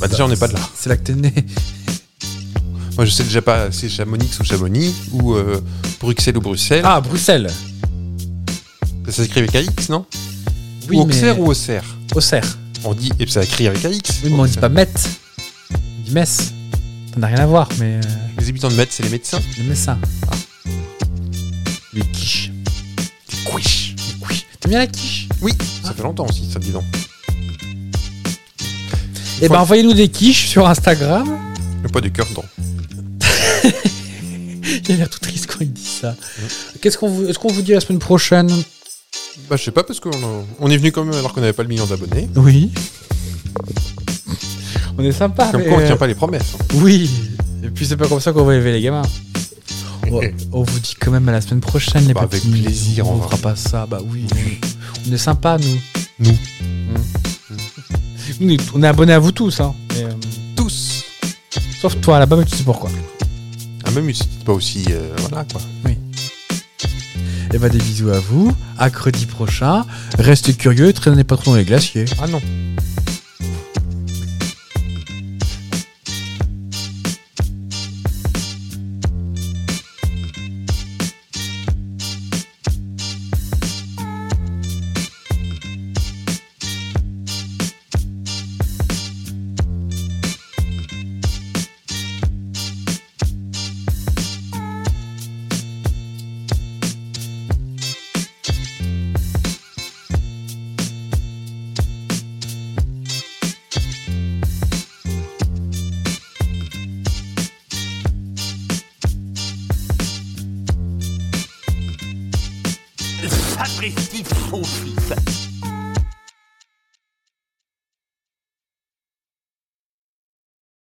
Speaker 2: Bah déjà on n'est pas de là.
Speaker 1: C'est là que t'es né.
Speaker 2: Moi je sais déjà pas si c'est Chamonix ou Chamonix ou euh, Bruxelles ou Bruxelles.
Speaker 1: Ah, Bruxelles.
Speaker 2: Ça s'écrit avec AX non
Speaker 1: Oui,
Speaker 2: Ou
Speaker 1: mais-
Speaker 2: Auxerre ou Auxerre
Speaker 1: Auxerre.
Speaker 2: On dit, et ça écrit avec AX.
Speaker 1: Oui, mais on dit
Speaker 2: Auxerre.
Speaker 1: pas Metz. On dit Metz. Ça n'a rien à voir, mais euh,
Speaker 2: Les habitants de Metz, c'est les médecins.
Speaker 1: les Messins.
Speaker 2: Hmm. Les quiches. Les quiches. Les quiches.
Speaker 1: T'aimes bien la quiche
Speaker 2: Oui,
Speaker 1: Ah.
Speaker 2: ça fait longtemps aussi, ça dis donc.
Speaker 1: Eh
Speaker 2: Faut-
Speaker 1: ben, envoyez-nous des quiches sur Instagram.
Speaker 2: Le poids du cœur dedans.
Speaker 1: Il a l'air tout triste quand il dit ça. Hmm. Qu'est-ce qu'on vous... Est-ce qu'on vous dit la semaine prochaine
Speaker 2: Bah, je sais pas, parce qu'on a- on est venu quand même alors qu'on n'avait pas le million d'abonnés.
Speaker 1: Oui. On est sympa,
Speaker 2: Comme
Speaker 1: Ah, mais... euh,
Speaker 2: quoi, on tient pas les promesses. hein.
Speaker 1: Oui. Et puis c'est pas comme ça qu'on va élever les gamins. On, on vous dit quand même à la semaine prochaine, les
Speaker 2: Bah, avec
Speaker 1: petits.
Speaker 2: plaisir,
Speaker 1: On
Speaker 2: on
Speaker 1: ne
Speaker 2: va.
Speaker 1: fera pas ça. Bah oui. On est sympa, nous. Hmm.
Speaker 2: Nous.
Speaker 1: Nous, On est abonnés à vous tous, hein. Mais, euh,
Speaker 2: Tous.
Speaker 1: sauf toi là-bas, mais tu sais pourquoi.
Speaker 2: Ah, même si c'est pas aussi. euh, voilà quoi.
Speaker 1: Et bah des bisous à vous. À mercredi prochain. Restez curieux, traînez pas trop dans les glaciers.
Speaker 2: Ah non.
Speaker 7: Sapristi, son fils.